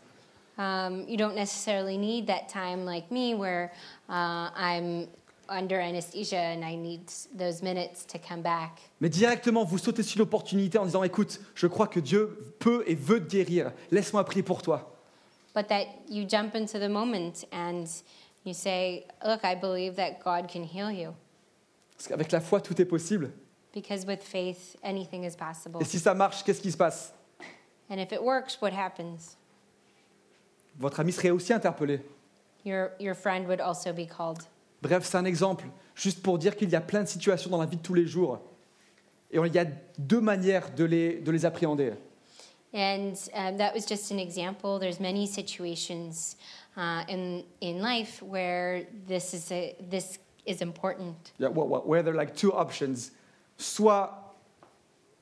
Speaker 1: Um, you don't necessarily need that time like me where uh, I'm under anesthesia and I need those minutes to come back.
Speaker 2: Mais directement, vous sautez sur l'opportunité en disant, écoute, je crois que Dieu peut et veut te guérir, laisse-moi prier pour toi.
Speaker 1: But that you jump into the moment and you say, Look, I believe that God can heal you.
Speaker 2: Parce qu'avec la foi, tout est possible.
Speaker 1: Because with faith, anything is possible.
Speaker 2: Et si ça marche, qu'est-ce qui se passe
Speaker 1: And if it works, what happens?
Speaker 2: Votre ami serait aussi interpellé.
Speaker 1: Your, your friend would also be called.
Speaker 2: Bref, c'est un exemple, juste pour dire qu'il y a plein de situations dans la vie de tous les jours. Et on- il y a deux manières de les, de les appréhender.
Speaker 1: And um, that was just an example. There's many situations uh, in, in life where this is, a, this is important.
Speaker 2: Il y a wh- wh- where there are like two options. Soit,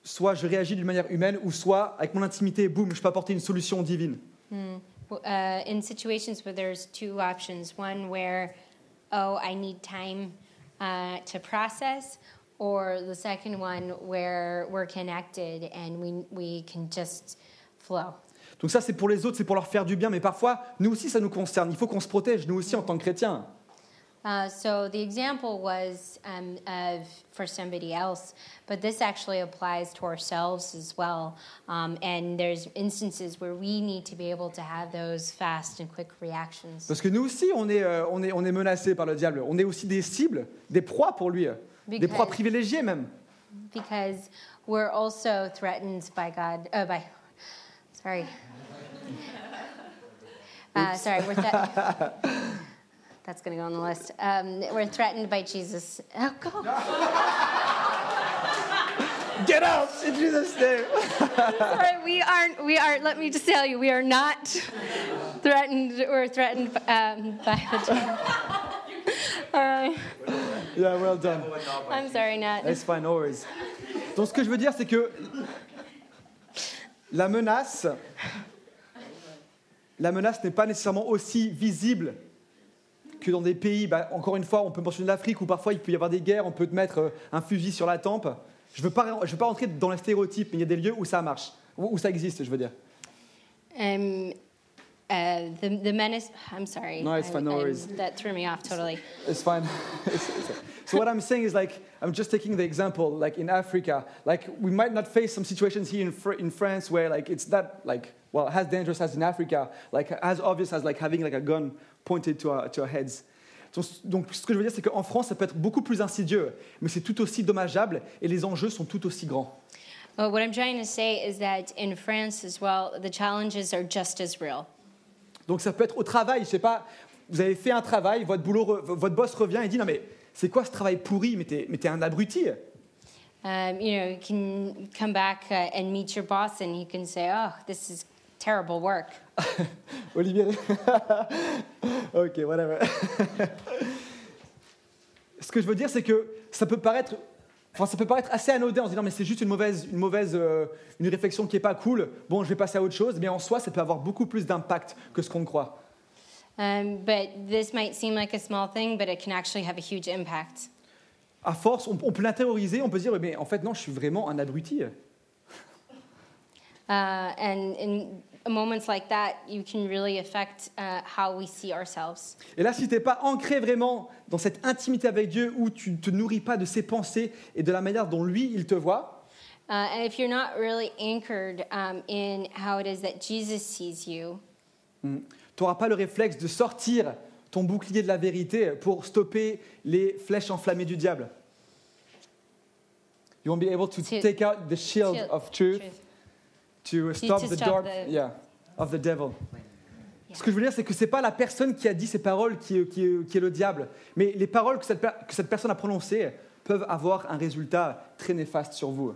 Speaker 2: soit je réagis d'une manière humaine, ou soit avec mon intimité, boum, je peux apporter une solution divine.
Speaker 1: Uh, in situations where there's two options one where, oh, I need time uh, to process, or the second one where we're connected and we, we can just flow.
Speaker 2: Donc ça, c'est pour les autres, c'est pour leur faire du bien, mais parfois, nous aussi, ça nous concerne. Il faut qu'on se protège, nous aussi, en tant que chrétiens.
Speaker 1: Uh, so the example was um, of for somebody else, but this actually applies to ourselves as well. Um, and there's instances where we need to be able to have those fast and quick reactions
Speaker 2: Parce que nous aussi, on est, euh, on est, on est menacés par le diable. On est aussi des cibles, des proies pour lui, des
Speaker 1: Because-
Speaker 2: proies privilégiées même.
Speaker 1: because we're also threatened by God. Oh, by sorry. Uh, sorry, we're thre- that's going to go on the list. Um, we're threatened by Jesus. Oh God.
Speaker 2: Get out in Jesus' name
Speaker 1: Sorry, we aren't. We are. Let me just tell you, we are not threatened or threatened um, by the Uh,
Speaker 2: Yeah, well done.
Speaker 1: I'm sorry, Nat.
Speaker 2: That's fine, no worries. Donc ce que je veux dire, c'est que la menace, la menace n'est pas nécessairement aussi visible que dans des pays. Bah, encore une fois, on peut mentionner l'Afrique où parfois il peut y avoir des guerres, on peut te mettre euh, un fusil sur la tempe. Je ne veux, pas- je veux pas rentrer dans les stéréotypes, mais il y a des lieux où ça marche, où, où ça existe, je veux dire.
Speaker 1: Um, uh, the the menace. I'm sorry.
Speaker 2: No, it's
Speaker 1: I'm-
Speaker 2: fine, no
Speaker 1: I'm-
Speaker 2: worries.
Speaker 1: That threw me off totally.
Speaker 2: It's fine. so what I'm saying is like I'm just taking the example like in Africa, like we might not face some situations here in, Fr- in France where like it's not like well as dangerous as in Africa, like as obvious as like having like a gun pointed to our, to our heads. Donc, donc, ce que je veux dire c'est qu'en France ça peut être beaucoup plus insidieux, mais c'est tout aussi dommageable et les enjeux sont tout aussi grands.
Speaker 1: Well, what I'm trying to say is that in France as well, the challenges are just as real.
Speaker 2: Donc ça peut être au travail, je sais pas, vous avez fait un travail, votre boulot, re- votre boss revient et dit non mais c'est quoi ce travail pourri, mais t'es mais t'es un abruti.
Speaker 1: Um, you know, you can come back uh, and meet your boss, and you can say, "Oh, this is terrible work."
Speaker 2: Olivier. ok, voilà. Ce que je veux dire, c'est que ça peut paraître. Enfin, ça peut paraître assez anodin en se disant, mais c'est juste une mauvaise, une mauvaise, euh, une réflexion qui n'est pas cool. Bon, je vais passer à autre chose. Mais en soi, ça peut avoir beaucoup plus d'impact que ce qu'on ne croit.
Speaker 1: Um, but this might seem like a small thing, but it can actually have a huge impact.
Speaker 2: À force, on, on peut l'intérioriser, on peut se dire, mais en fait, non, je suis vraiment un abruti.
Speaker 1: Uh, and in moments like that, you can really affect uh, how we see ourselves.
Speaker 2: Et là, si tu n'es pas ancré vraiment dans cette intimité avec Dieu où tu ne te nourris pas de ses pensées et de la manière dont lui, il te voit,
Speaker 1: Uh, and if you're not really anchored um, in how it is that Jesus sees you,
Speaker 2: tu n'auras pas le réflexe de sortir ton bouclier de la vérité pour stopper les flèches enflammées du diable. You won't be able to
Speaker 1: To-
Speaker 2: take out the shield
Speaker 1: Shield,
Speaker 2: of truth
Speaker 1: truth.
Speaker 2: to stop
Speaker 1: to
Speaker 2: the
Speaker 1: stop
Speaker 2: dark
Speaker 1: the-
Speaker 2: yeah, of the devil. Ce que je veux dire, c'est que c'est pas la personne qui a dit ces paroles qui, est- qui est- qui est le diable, mais les paroles que cette, per- que cette personne a prononcées peuvent avoir un résultat très néfaste sur vous.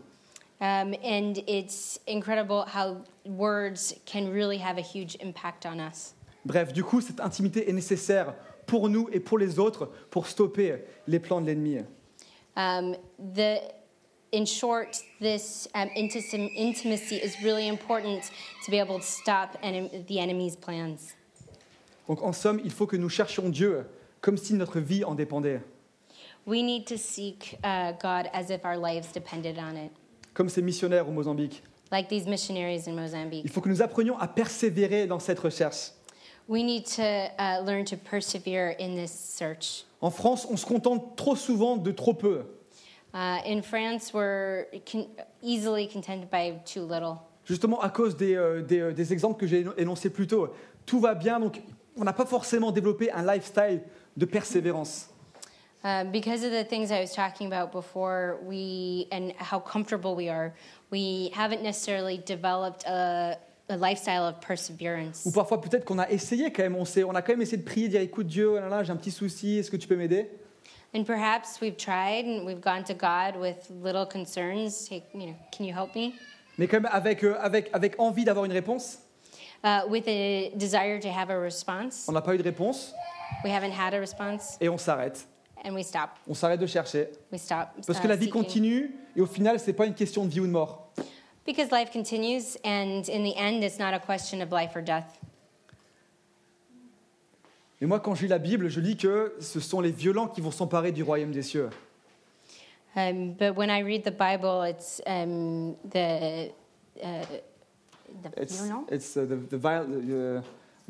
Speaker 1: Um, and it's incredible how words can really have a huge impact on us.
Speaker 2: Bref, du coup, cette intimité est nécessaire pour nous et pour les autres pour stopper les plans de l'ennemi.
Speaker 1: Um, the, in short, this um, intim- intimacy is really important to be able to stop enem- the enemy's plans.
Speaker 2: Donc en somme, il faut que nous cherchions Dieu comme si notre vie en dépendait.
Speaker 1: We need to seek uh, God as if our lives depended on it,
Speaker 2: Comme ces missionnaires au Mozambique.
Speaker 1: like these missionaries in
Speaker 2: Il
Speaker 1: Mozambique.
Speaker 2: faut que nous apprenions à persévérer dans cette recherche.
Speaker 1: We need to uh, learn to persevere in this search.
Speaker 2: En France, on se contente trop souvent de trop peu.
Speaker 1: Uh, in France, we're con- easily contented by too little.
Speaker 2: Justement à cause des, euh, des, euh, des exemples que j'ai éno- énoncés plus tôt. Tout va bien, donc on n'a pas forcément développé un lifestyle de persévérance.
Speaker 1: Um, because of the things I was talking about before, we and how comfortable we are, we haven't necessarily developed a, a lifestyle of perseverance.
Speaker 2: Ou parfois peut-être qu'on a essayé quand même, on, s'est- on a quand même essayé de prier, de dire écoute Dieu, oh là là, j'ai un petit souci, est-ce que tu peux m'aider
Speaker 1: And perhaps we've tried and we've gone to God with little concerns. Hey, you know, can you help me?
Speaker 2: Mais quand même avec, euh, avec, avec envie d'avoir une réponse.
Speaker 1: Uh, with a desire to have a response,
Speaker 2: On n'a pas eu de réponse
Speaker 1: we haven't had a response,
Speaker 2: et on s'arrête.
Speaker 1: and we stop.
Speaker 2: On s'arrête de chercher.
Speaker 1: We stop.
Speaker 2: Parce
Speaker 1: uh,
Speaker 2: que la vie
Speaker 1: seeking.
Speaker 2: continue et au final, c'est pas une question de vie ou de mort.
Speaker 1: Because life continues, and in the end, it's not a question of life or death.
Speaker 2: Et moi, quand je lis la Bible, je lis que ce sont les violents qui vont s'emparer du royaume des cieux.
Speaker 1: Um, but when I read the Bible, it's um, the, uh, the
Speaker 2: It's,
Speaker 1: violent,
Speaker 2: it's uh, the, the, viol- the,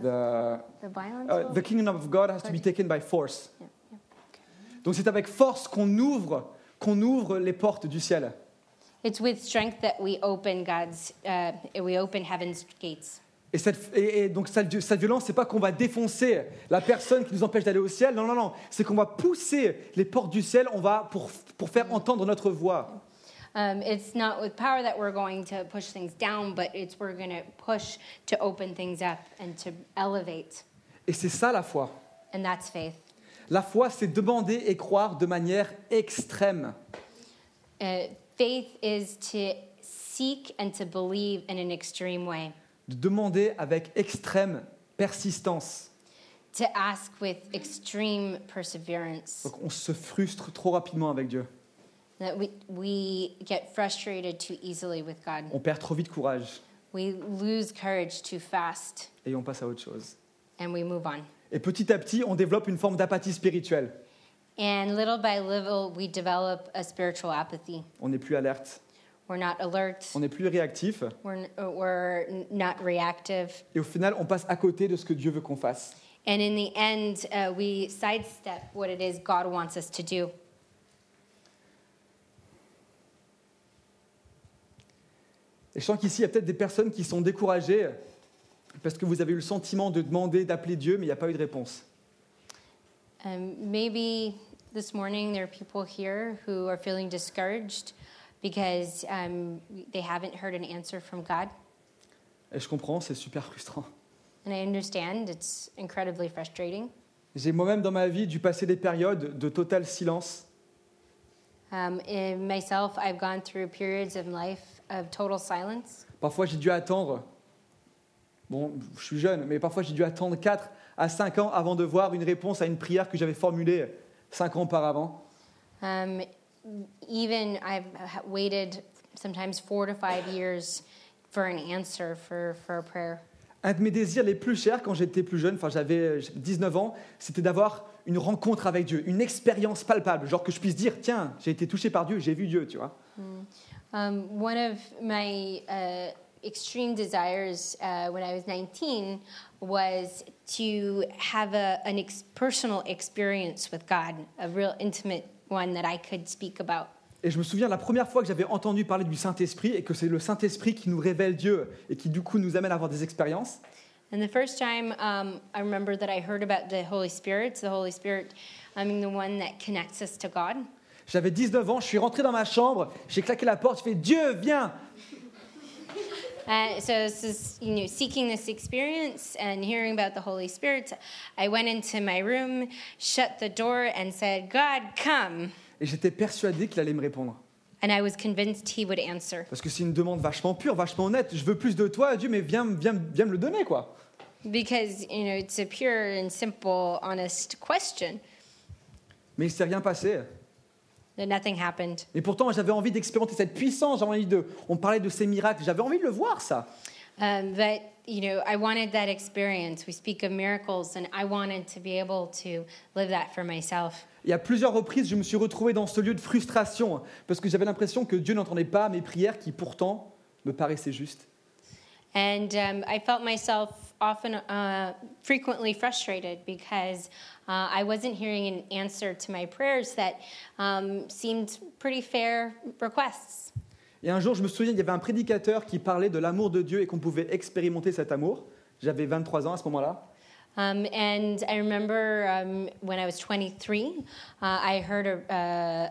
Speaker 2: the,
Speaker 1: the violent.
Speaker 2: uh, the kingdom of God has to be taken by force.
Speaker 1: Yeah, yeah.
Speaker 2: Donc c'est avec force qu'on ouvre, qu'on ouvre les portes du ciel.
Speaker 1: It's with strength that we open God's, uh, we open heaven's gates.
Speaker 2: Et, cette, et, et donc cette, cette violence, c'est pas qu'on va défoncer la personne qui nous empêche d'aller au ciel. Non, non, non. C'est qu'on va pousser les portes du ciel. On va pour, pour faire entendre notre voix.
Speaker 1: Um, it's not with power that we're going to push things down, but it's we're going to push to open things up and to elevate,
Speaker 2: Et c'est ça la foi.
Speaker 1: and that's faith.
Speaker 2: La foi, c'est demander et croire de manière extrême.
Speaker 1: Uh, faith is to seek and to believe in an extreme way,
Speaker 2: De demander avec extrême persistance.
Speaker 1: to ask with extreme perseverance.
Speaker 2: Donc on se frustre trop rapidement avec Dieu.
Speaker 1: that we, we get frustrated too easily with God.
Speaker 2: On perd trop vite courage
Speaker 1: We lose courage too fast
Speaker 2: et on passe à autre chose.
Speaker 1: and we move on.
Speaker 2: Et petit à petit, on développe une forme d'apathie spirituelle.
Speaker 1: And little by little, we develop a spiritual apathy.
Speaker 2: On n'est plus alerte,
Speaker 1: We're not alert,
Speaker 2: on n'est plus réactif.
Speaker 1: we're, n- uh, we're n- not reactive.
Speaker 2: Et au final, on passe à côté de ce que Dieu veut qu'on fasse.
Speaker 1: And in the end, uh, we sidestep what it is God wants us to do.
Speaker 2: Et je sens qu'ici, il y a peut-être des personnes qui sont découragées parce que vous avez eu le sentiment de demander, d'appeler Dieu, mais il n'y a pas eu de réponse.
Speaker 1: Um, maybe this morning there are people here who are feeling discouraged because um, they haven't heard an answer from God.
Speaker 2: Et je comprends, c'est super frustrant.
Speaker 1: And I understand it's incredibly frustrating.
Speaker 2: J'ai moi-même dans ma vie dû passer des périodes de total silence,
Speaker 1: Um, in myself, I've gone through periods of life of total silence.
Speaker 2: Parfois, j'ai dû attendre Bon, je suis jeune, mais parfois j'ai dû attendre 4 à 5 ans avant de voir une réponse à une prière que j'avais formulée 5 ans auparavant.
Speaker 1: Um, even I've ha- waited sometimes four to five years for an answer for, for a prayer.
Speaker 2: Un de mes désirs les plus chers quand j'étais plus jeune, enfin j'avais euh, 19 ans, c'était d'avoir une rencontre avec Dieu, une expérience palpable, genre que je puisse dire tiens, j'ai été touché par Dieu, j'ai vu Dieu, tu vois.
Speaker 1: Um, one of my uh, extreme desires uh, when I was 19 was to have a, an ex- personal experience with God, a real intimate one that I could speak about.
Speaker 2: Et je me souviens la première fois que j'avais entendu parler du Saint-Esprit et que c'est le Saint-Esprit qui nous révèle Dieu et qui du coup nous amène à avoir des expériences.
Speaker 1: And the first time um, I remember that I heard about the Holy Spirit, it's the Holy Spirit, I mean, the one that connects us to God.
Speaker 2: J'avais 19 ans, je suis rentré dans ma chambre, j'ai claqué la porte, j'ai fait Dieu, viens
Speaker 1: Uh, so this is, you know, seeking this experience and hearing about the Holy Spirit. I went into my room, shut the door, and said, God, come.
Speaker 2: Et j'étais persuadé qu'il allait me répondre.
Speaker 1: And I was convinced he would answer
Speaker 2: Parce que c'est une demande vachement pure, vachement honnête. Je veux plus de toi, Dieu, mais viens, viens, viens me le donner, quoi.
Speaker 1: because, you know, it's a pure and simple, honest question.
Speaker 2: Mais il s'est rien passé.
Speaker 1: That nothing happened.
Speaker 2: Et pourtant, j'avais envie d'expérimenter cette puissance, j'avais envie de... On parlait de ces miracles, j'avais envie de le voir, ça.
Speaker 1: Um, but, you know, I wanted that experience. We speak of miracles, and I wanted to be able to live that for myself.
Speaker 2: Et à plusieurs reprises, je me suis retrouvé dans ce lieu de frustration, parce que j'avais l'impression que Dieu n'entendait pas mes prières qui pourtant me paraissaient justes.
Speaker 1: And um, I felt myself often uh, frequently frustrated because uh, I wasn't hearing an answer to my prayers that um, seemed pretty fair requests.
Speaker 2: Et un jour, je me souviens, il y avait un prédicateur qui parlait de l'amour de Dieu et qu'on pouvait expérimenter cet amour. J'avais 23 ans à ce moment-là.
Speaker 1: Um, and I remember um, when I was 23, uh, I heard a,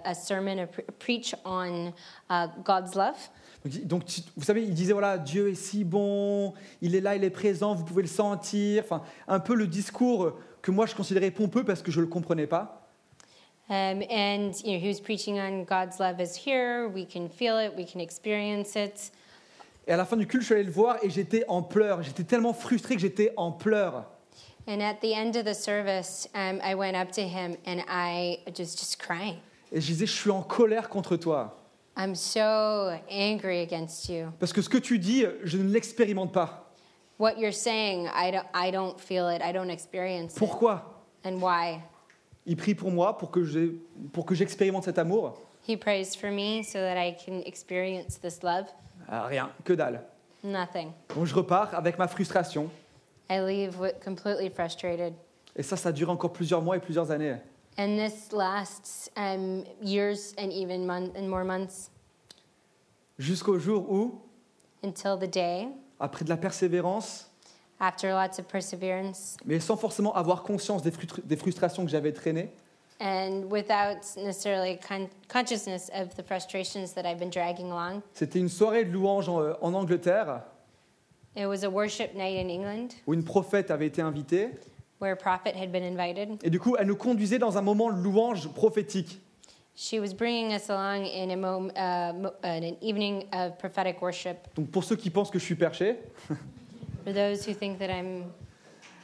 Speaker 1: uh, a sermon, a pre- preach on uh, God's love.
Speaker 2: Donc, donc, tu- vous savez, il disait voilà, Dieu est si bon, il est là, il est présent, vous pouvez le sentir. Enfin, un peu le discours que moi je considérais pompeux parce que je ne le comprenais pas.
Speaker 1: Um, and you know, he was preaching on God's love is here. We can feel it. We can experience it.
Speaker 2: Et à la fin du culte, je suis allé le voir et j'étais en pleurs. J'étais tellement frustré que j'étais en pleurs.
Speaker 1: And at the end of the service, um, I went up to him and I just just crying.
Speaker 2: Et je disais, je suis en colère contre toi.
Speaker 1: I'm so angry against you.
Speaker 2: Parce que ce que tu dis, je ne l'expérimente pas.
Speaker 1: What you're saying, I don't, I don't feel it. I don't experience it.
Speaker 2: Pourquoi
Speaker 1: And why?
Speaker 2: Il prie pour moi, pour que j'ai- pour que j'expérimente cet amour.
Speaker 1: He prays for me so that I can experience this love.
Speaker 2: Ah, rien, que dalle.
Speaker 1: Nothing.
Speaker 2: Donc je repars avec ma frustration.
Speaker 1: I leave wi- completely frustrated.
Speaker 2: Et ça, ça dure encore plusieurs mois et plusieurs années.
Speaker 1: And this lasts um, years and even month and more months
Speaker 2: Jusqu'au jour où,
Speaker 1: until the day
Speaker 2: après de la persévérance,
Speaker 1: after lots of perseverance
Speaker 2: mais sans forcément avoir conscience des, frustr- des frustrations que j'avais traînées,
Speaker 1: and without necessarily con- consciousness of the frustrations that I've been dragging along.
Speaker 2: c'était une soirée de louange en, euh, en Angleterre
Speaker 1: It was a worship night in England
Speaker 2: où une prophète avait été invitée.
Speaker 1: where a prophet had been invited.
Speaker 2: Et du coup, elle nous conduisait dans un moment de louange prophétique.
Speaker 1: She was bringing us along in a mom- uh, mo- uh, in an evening of prophetic worship.
Speaker 2: Donc pour ceux qui pensent que je suis perché,
Speaker 1: For those who think that I'm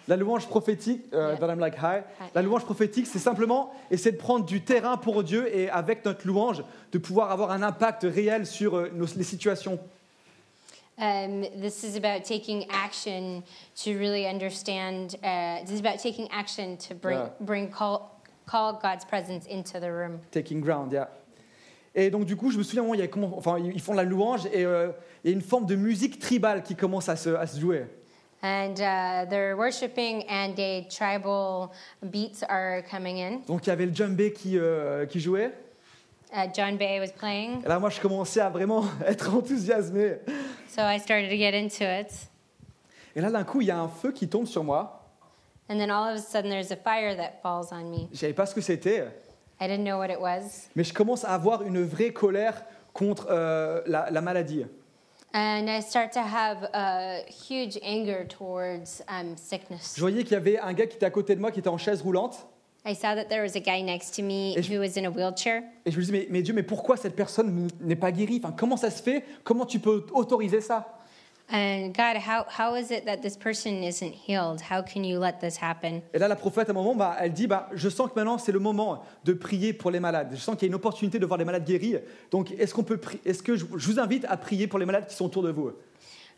Speaker 2: la louange prophétique, euh,
Speaker 1: Yeah.
Speaker 2: that I'm like high,
Speaker 1: Hi.
Speaker 2: la louange prophétique, c'est simplement essayer de prendre du terrain pour Dieu et avec notre louange, de pouvoir avoir un impact réel sur euh, nos- les situations.
Speaker 1: Um, this is about taking action to really understand. Uh, this is about taking action to bring
Speaker 2: Yeah.
Speaker 1: bring call call God's presence into the room.
Speaker 2: Taking ground, yeah. Et donc du coup, je me souviens, il y a comment- enfin, ils font la louange et euh, il y a une forme de musique tribale qui commence à se, à se jouer.
Speaker 1: And uh, they're worshiping, and a tribal beats are coming in.
Speaker 2: Donc il y avait le djembé qui, euh, qui jouait.
Speaker 1: Uh, John Bay was playing,
Speaker 2: Et là, moi, je commençais à vraiment être enthousiasmé.
Speaker 1: so I started to get into it.
Speaker 2: Et là, d'un coup, il y a un feu qui tombe sur moi.
Speaker 1: And then all of a sudden, there's a fire that falls on me.
Speaker 2: Je savais pas ce que c'était,
Speaker 1: I didn't know what it was.
Speaker 2: mais je commence à avoir une vraie colère contre euh, la, la maladie.
Speaker 1: And I start to have a huge anger towards um, sickness.
Speaker 2: Je voyais qu'il y avait un gars qui était à côté de moi, qui était en chaise roulante.
Speaker 1: I saw that there was a guy next to me
Speaker 2: Is-
Speaker 1: who was in a wheelchair.
Speaker 2: Et je me disais, mais, mais Dieu, mais pourquoi cette personne n'est pas guérie enfin, Comment ça se fait Comment tu peux autoriser ça
Speaker 1: And God, how, how is it that this person isn't healed? How can you let this happen?
Speaker 2: Et là, la prophète, à un moment, bah, elle dit bah, Je sens que maintenant, c'est le moment de prier pour les malades. Je sens qu'il y a une opportunité de voir les malades guéris. Donc, est-ce, qu'on peut pri- est-ce que je, je vous invite à prier pour les malades qui sont autour de vous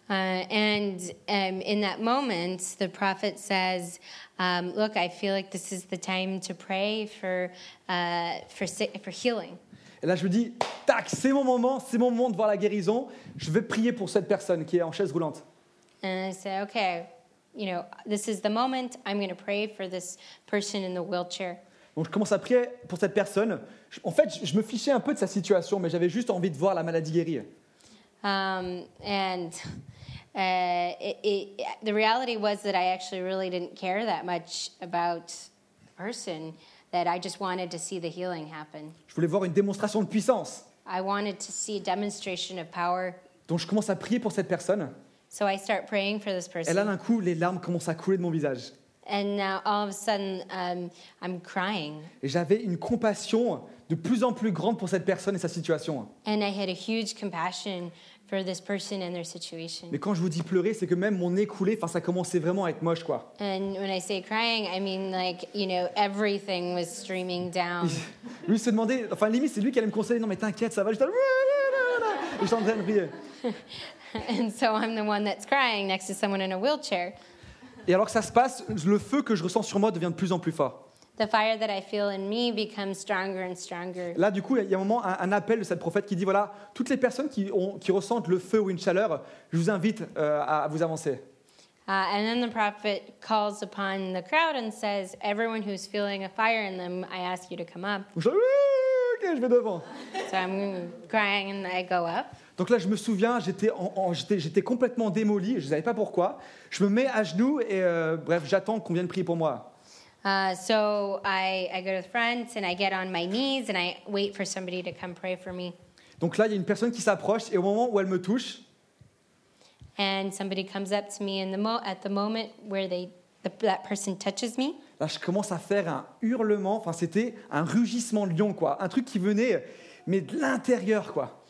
Speaker 1: Uh, and um, in that moment, the prophet says, um, "Look, I feel like this is the time to pray for uh, for si- for healing."
Speaker 2: Et là, je me dis Tac, c'est mon moment, c'est mon moment de voir la guérison. Je vais prier pour cette personne qui est en chaise roulante.
Speaker 1: And I say, "Okay, you know, this is the moment. I'm going to pray for this person in the wheelchair."
Speaker 2: Donc, je commence à prier pour cette personne. Je- en fait, je, je me fichais un peu de sa situation, mais j'avais juste envie de voir la maladie guérie.
Speaker 1: Um, and uh, it, it, the reality was that I actually really didn't care that much about the person. That I just wanted to see the healing happen.
Speaker 2: Je voulais voir une démonstration de puissance.
Speaker 1: I wanted to see a demonstration of power
Speaker 2: Donc, je commence à prier pour cette personne.
Speaker 1: So I start praying for this
Speaker 2: Et
Speaker 1: person.
Speaker 2: là, d'un coup, les larmes commencent à couler de mon visage.
Speaker 1: And now all of a sudden, um, I'm crying.
Speaker 2: Et j'avais une compassion de plus en plus grande pour cette personne et sa situation.
Speaker 1: And I had a huge compassion for this person and their situation.
Speaker 2: Mais quand je vous dis pleurer, c'est que même mon nez coulait, enfin ça commençait vraiment à être moche quoi.
Speaker 1: And when I say crying, I mean like, you know, everything was streaming down.
Speaker 2: Lui se demandait, enfin limite c'est lui qui allait me conseiller, non mais t'inquiète ça va, j'étais là, Et j'étais en train de prier.
Speaker 1: and so I'm the one that's crying next to someone in a wheelchair.
Speaker 2: Et alors que ça se passe, le feu que je ressens sur moi devient de plus en plus fort.
Speaker 1: The fire that I feel in me becomes stronger and stronger.
Speaker 2: Là du coup il y a un moment, un, un appel de cette prophète qui dit voilà, toutes les personnes qui, ont- qui ressentent le feu ou une chaleur, je vous invite euh, à vous avancer.
Speaker 1: Uh, and then the prophet calls upon the crowd and says, Everyone who's feeling a fire in them, I ask you to come up.
Speaker 2: Donc, je, ok, je vais devant.
Speaker 1: So I'm crying and I go up.
Speaker 2: Donc là, je me souviens, j'étais, en- en- j'étais, j'étais complètement démoli, je ne savais pas pourquoi. Je me mets à genoux et euh, bref, j'attends qu'on vienne prier pour moi.
Speaker 1: Uh, so I, I go to the front and I get on my knees and I wait for somebody to come pray for me.
Speaker 2: Donc là, il y a une personne qui s'approche et au moment où elle me touche,
Speaker 1: And somebody comes up to me in the mo- at the moment where they the, that person touches me.
Speaker 2: là, je commence à faire un hurlement, enfin, c'était un rugissement de lion, quoi. Un truc qui venait, mais de l'intérieur, quoi.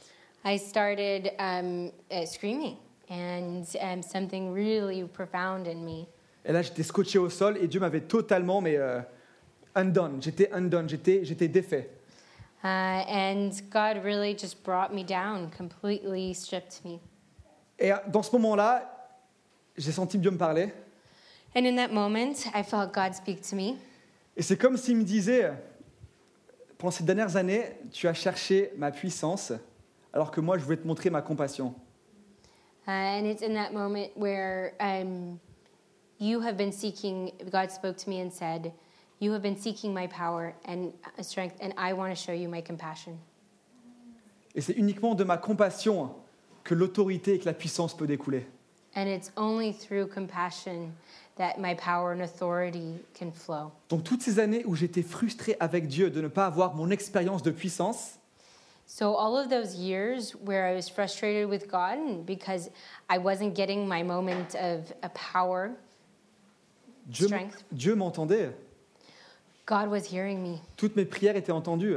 Speaker 1: I started um, uh, screaming and um, something really profound in me.
Speaker 2: Et là, j'étais scotché au sol et Dieu m'avait totalement, mais euh, undone. J'étais undone, j'étais, j'étais défait.
Speaker 1: Uh, and God really just brought me down, completely stripped me.
Speaker 2: Et euh, dans ce moment-là, j'ai senti Dieu me parler.
Speaker 1: And in that moment, I felt God speak to me.
Speaker 2: Et c'est comme s'il me disait, euh, pendant ces dernières années, tu as cherché ma puissance, alors que moi, je voulais te montrer ma compassion.
Speaker 1: Uh, and it's in that moment where um, you have been seeking, God spoke to me and said, You have been seeking my power and uh, strength, and I want to show you my compassion.
Speaker 2: Et c'est uniquement de ma compassion que l'autorité et que la puissance peut découler.
Speaker 1: And it's only through compassion that my power and authority can flow.
Speaker 2: Donc toutes ces années où j'étais frustré avec Dieu de ne pas avoir mon expérience de puissance,
Speaker 1: So, all of those years where I was frustrated with God and because I wasn't getting my moment of a power,
Speaker 2: Dieu,
Speaker 1: Strength.
Speaker 2: Dieu m'entendait.
Speaker 1: God was hearing me.
Speaker 2: Toutes mes prières étaient entendues.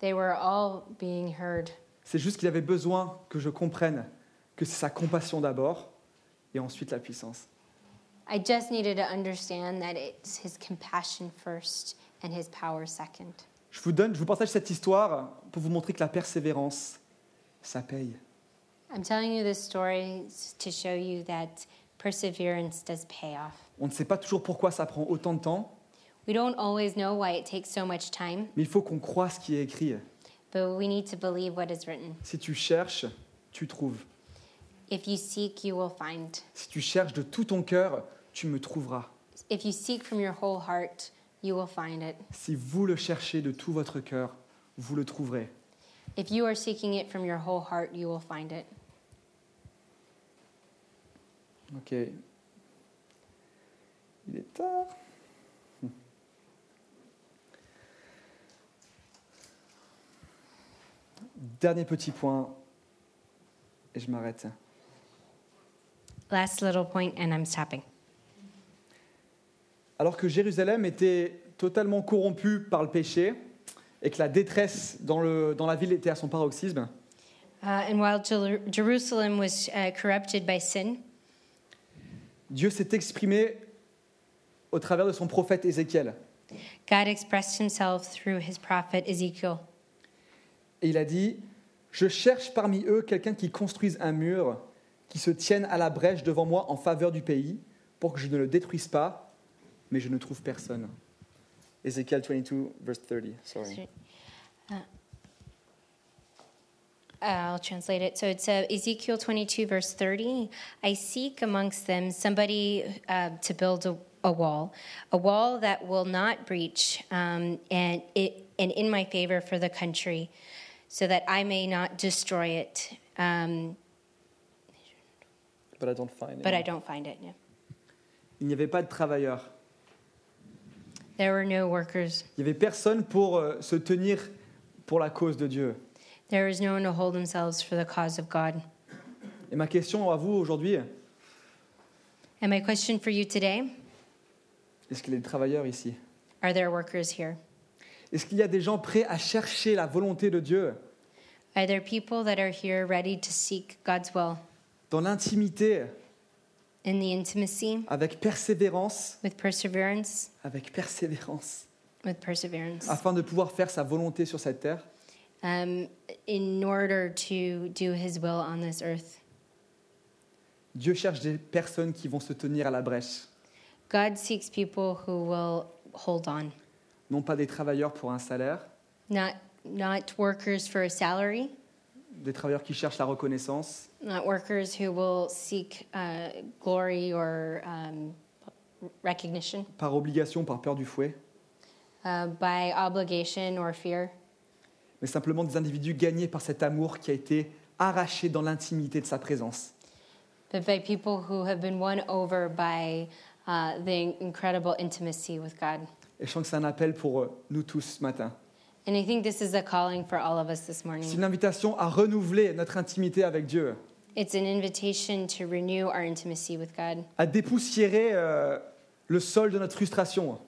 Speaker 1: They were all being heard.
Speaker 2: C'est juste qu'il avait besoin que je comprenne que c'est sa compassion d'abord et ensuite la puissance.
Speaker 1: I just needed to understand that it's his compassion first and his power second.
Speaker 2: Je vous donne, je vous partage cette histoire pour vous montrer que la persévérance, ça paye.
Speaker 1: I'm telling you this story s- to show you that perseverance does pay off.
Speaker 2: On ne sait pas toujours pourquoi ça prend autant de temps,
Speaker 1: We don't always know why it takes so much time,
Speaker 2: mais il faut qu'on croie ce qui est écrit.
Speaker 1: but we need to believe what is written.
Speaker 2: Si tu cherches, tu trouves.
Speaker 1: If you seek, you will find.
Speaker 2: Si tu cherches de tout ton cœur, tu me trouveras.
Speaker 1: If you seek from your whole heart, you will find it.
Speaker 2: Si vous le cherchez de tout votre cœur, vous le trouverez.
Speaker 1: If you are seeking it from your whole heart, you will find it.
Speaker 2: Ok. Il est tard. Hmm. Dernier petit point, et je m'arrête.
Speaker 1: Last little point, and I'm stopping.
Speaker 2: Alors que Jérusalem était totalement corrompue par le péché et que la détresse dans, le- dans la ville était à son paroxysme,
Speaker 1: Uh, and while Jer- Jerusalem was uh, corrupted by sin,
Speaker 2: Dieu s'est exprimé au travers de son prophète Ézéchiel.
Speaker 1: God expressed himself through his prophet Ezekiel.
Speaker 2: Et il a dit, je cherche parmi eux quelqu'un qui construise un mur, qui se tienne à la brèche devant moi en faveur du pays, pour que je ne le détruise pas, mais je ne trouve personne. Ézéchiel 22, verse 30. Sorry.
Speaker 1: Uh, I'll translate it. So it's uh, Ezekiel 22, verse 30. I seek amongst them somebody uh, to build a, a wall, a wall that will not breach, um, and, it, and in my favor for the country, so that I may not destroy it. Um,
Speaker 2: But I don't find
Speaker 1: but I
Speaker 2: him.
Speaker 1: don't find it. Yeah.
Speaker 2: Il n'y avait pas de travailleurs.
Speaker 1: There were no workers.
Speaker 2: Il n'y avait personne pour euh, se tenir pour la cause de Dieu.
Speaker 1: There was no one to hold themselves for the cause of God.
Speaker 2: Et ma question à vous aujourd'hui,
Speaker 1: And my question for you today
Speaker 2: est-ce qu'il y a des travailleurs ici
Speaker 1: are there workers here?
Speaker 2: Est-ce qu'il y a des gens prêts à chercher la volonté de Dieu
Speaker 1: Are there people that are here ready to seek God's will
Speaker 2: dans l'intimité,
Speaker 1: in the intimacy,
Speaker 2: avec persévérance,
Speaker 1: with perseverance,
Speaker 2: avec persévérance,
Speaker 1: with perseverance,
Speaker 2: afin de pouvoir faire sa volonté sur cette terre
Speaker 1: um, in order to do His will on this earth?
Speaker 2: Dieu cherche des personnes qui vont se tenir à la brèche,
Speaker 1: God seeks people who will hold on,
Speaker 2: non pas des travailleurs pour un salaire,
Speaker 1: not not workers for a salary,
Speaker 2: des travailleurs qui cherchent la reconnaissance,
Speaker 1: not workers who will seek uh, glory or um, recognition
Speaker 2: par obligation, par peur du fouet,
Speaker 1: uh, by obligation or fear,
Speaker 2: mais simplement des individus gagnés par cet amour qui a été arraché dans l'intimité de sa présence.
Speaker 1: but by people who have been won over by uh, the incredible intimacy with God.
Speaker 2: Et je sens que c'est un appel pour euh, nous tous ce matin.
Speaker 1: And I think this is a calling for all of us this
Speaker 2: C'est
Speaker 1: morning.
Speaker 2: une invitation à renouveler notre intimité avec Dieu,
Speaker 1: It's an invitation to renew our intimacy with God,
Speaker 2: à dépoussiérer euh, le sol de notre frustration.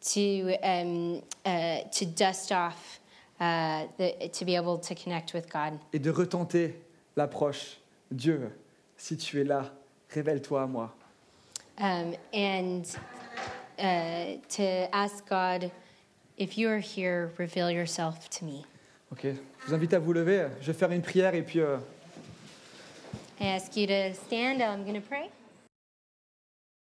Speaker 1: to um, uh, to dust off, uh, the, to be able to connect with God,
Speaker 2: et de retenter l'approche. Dieu, si tu es là, révèle-toi à moi.
Speaker 1: um, and uh, to ask God, if you are here, reveal yourself to me.
Speaker 2: Ok, je vous invite à vous lever. Je vais faire une prière et puis euh,
Speaker 1: I ask you to stand. I'm going to pray.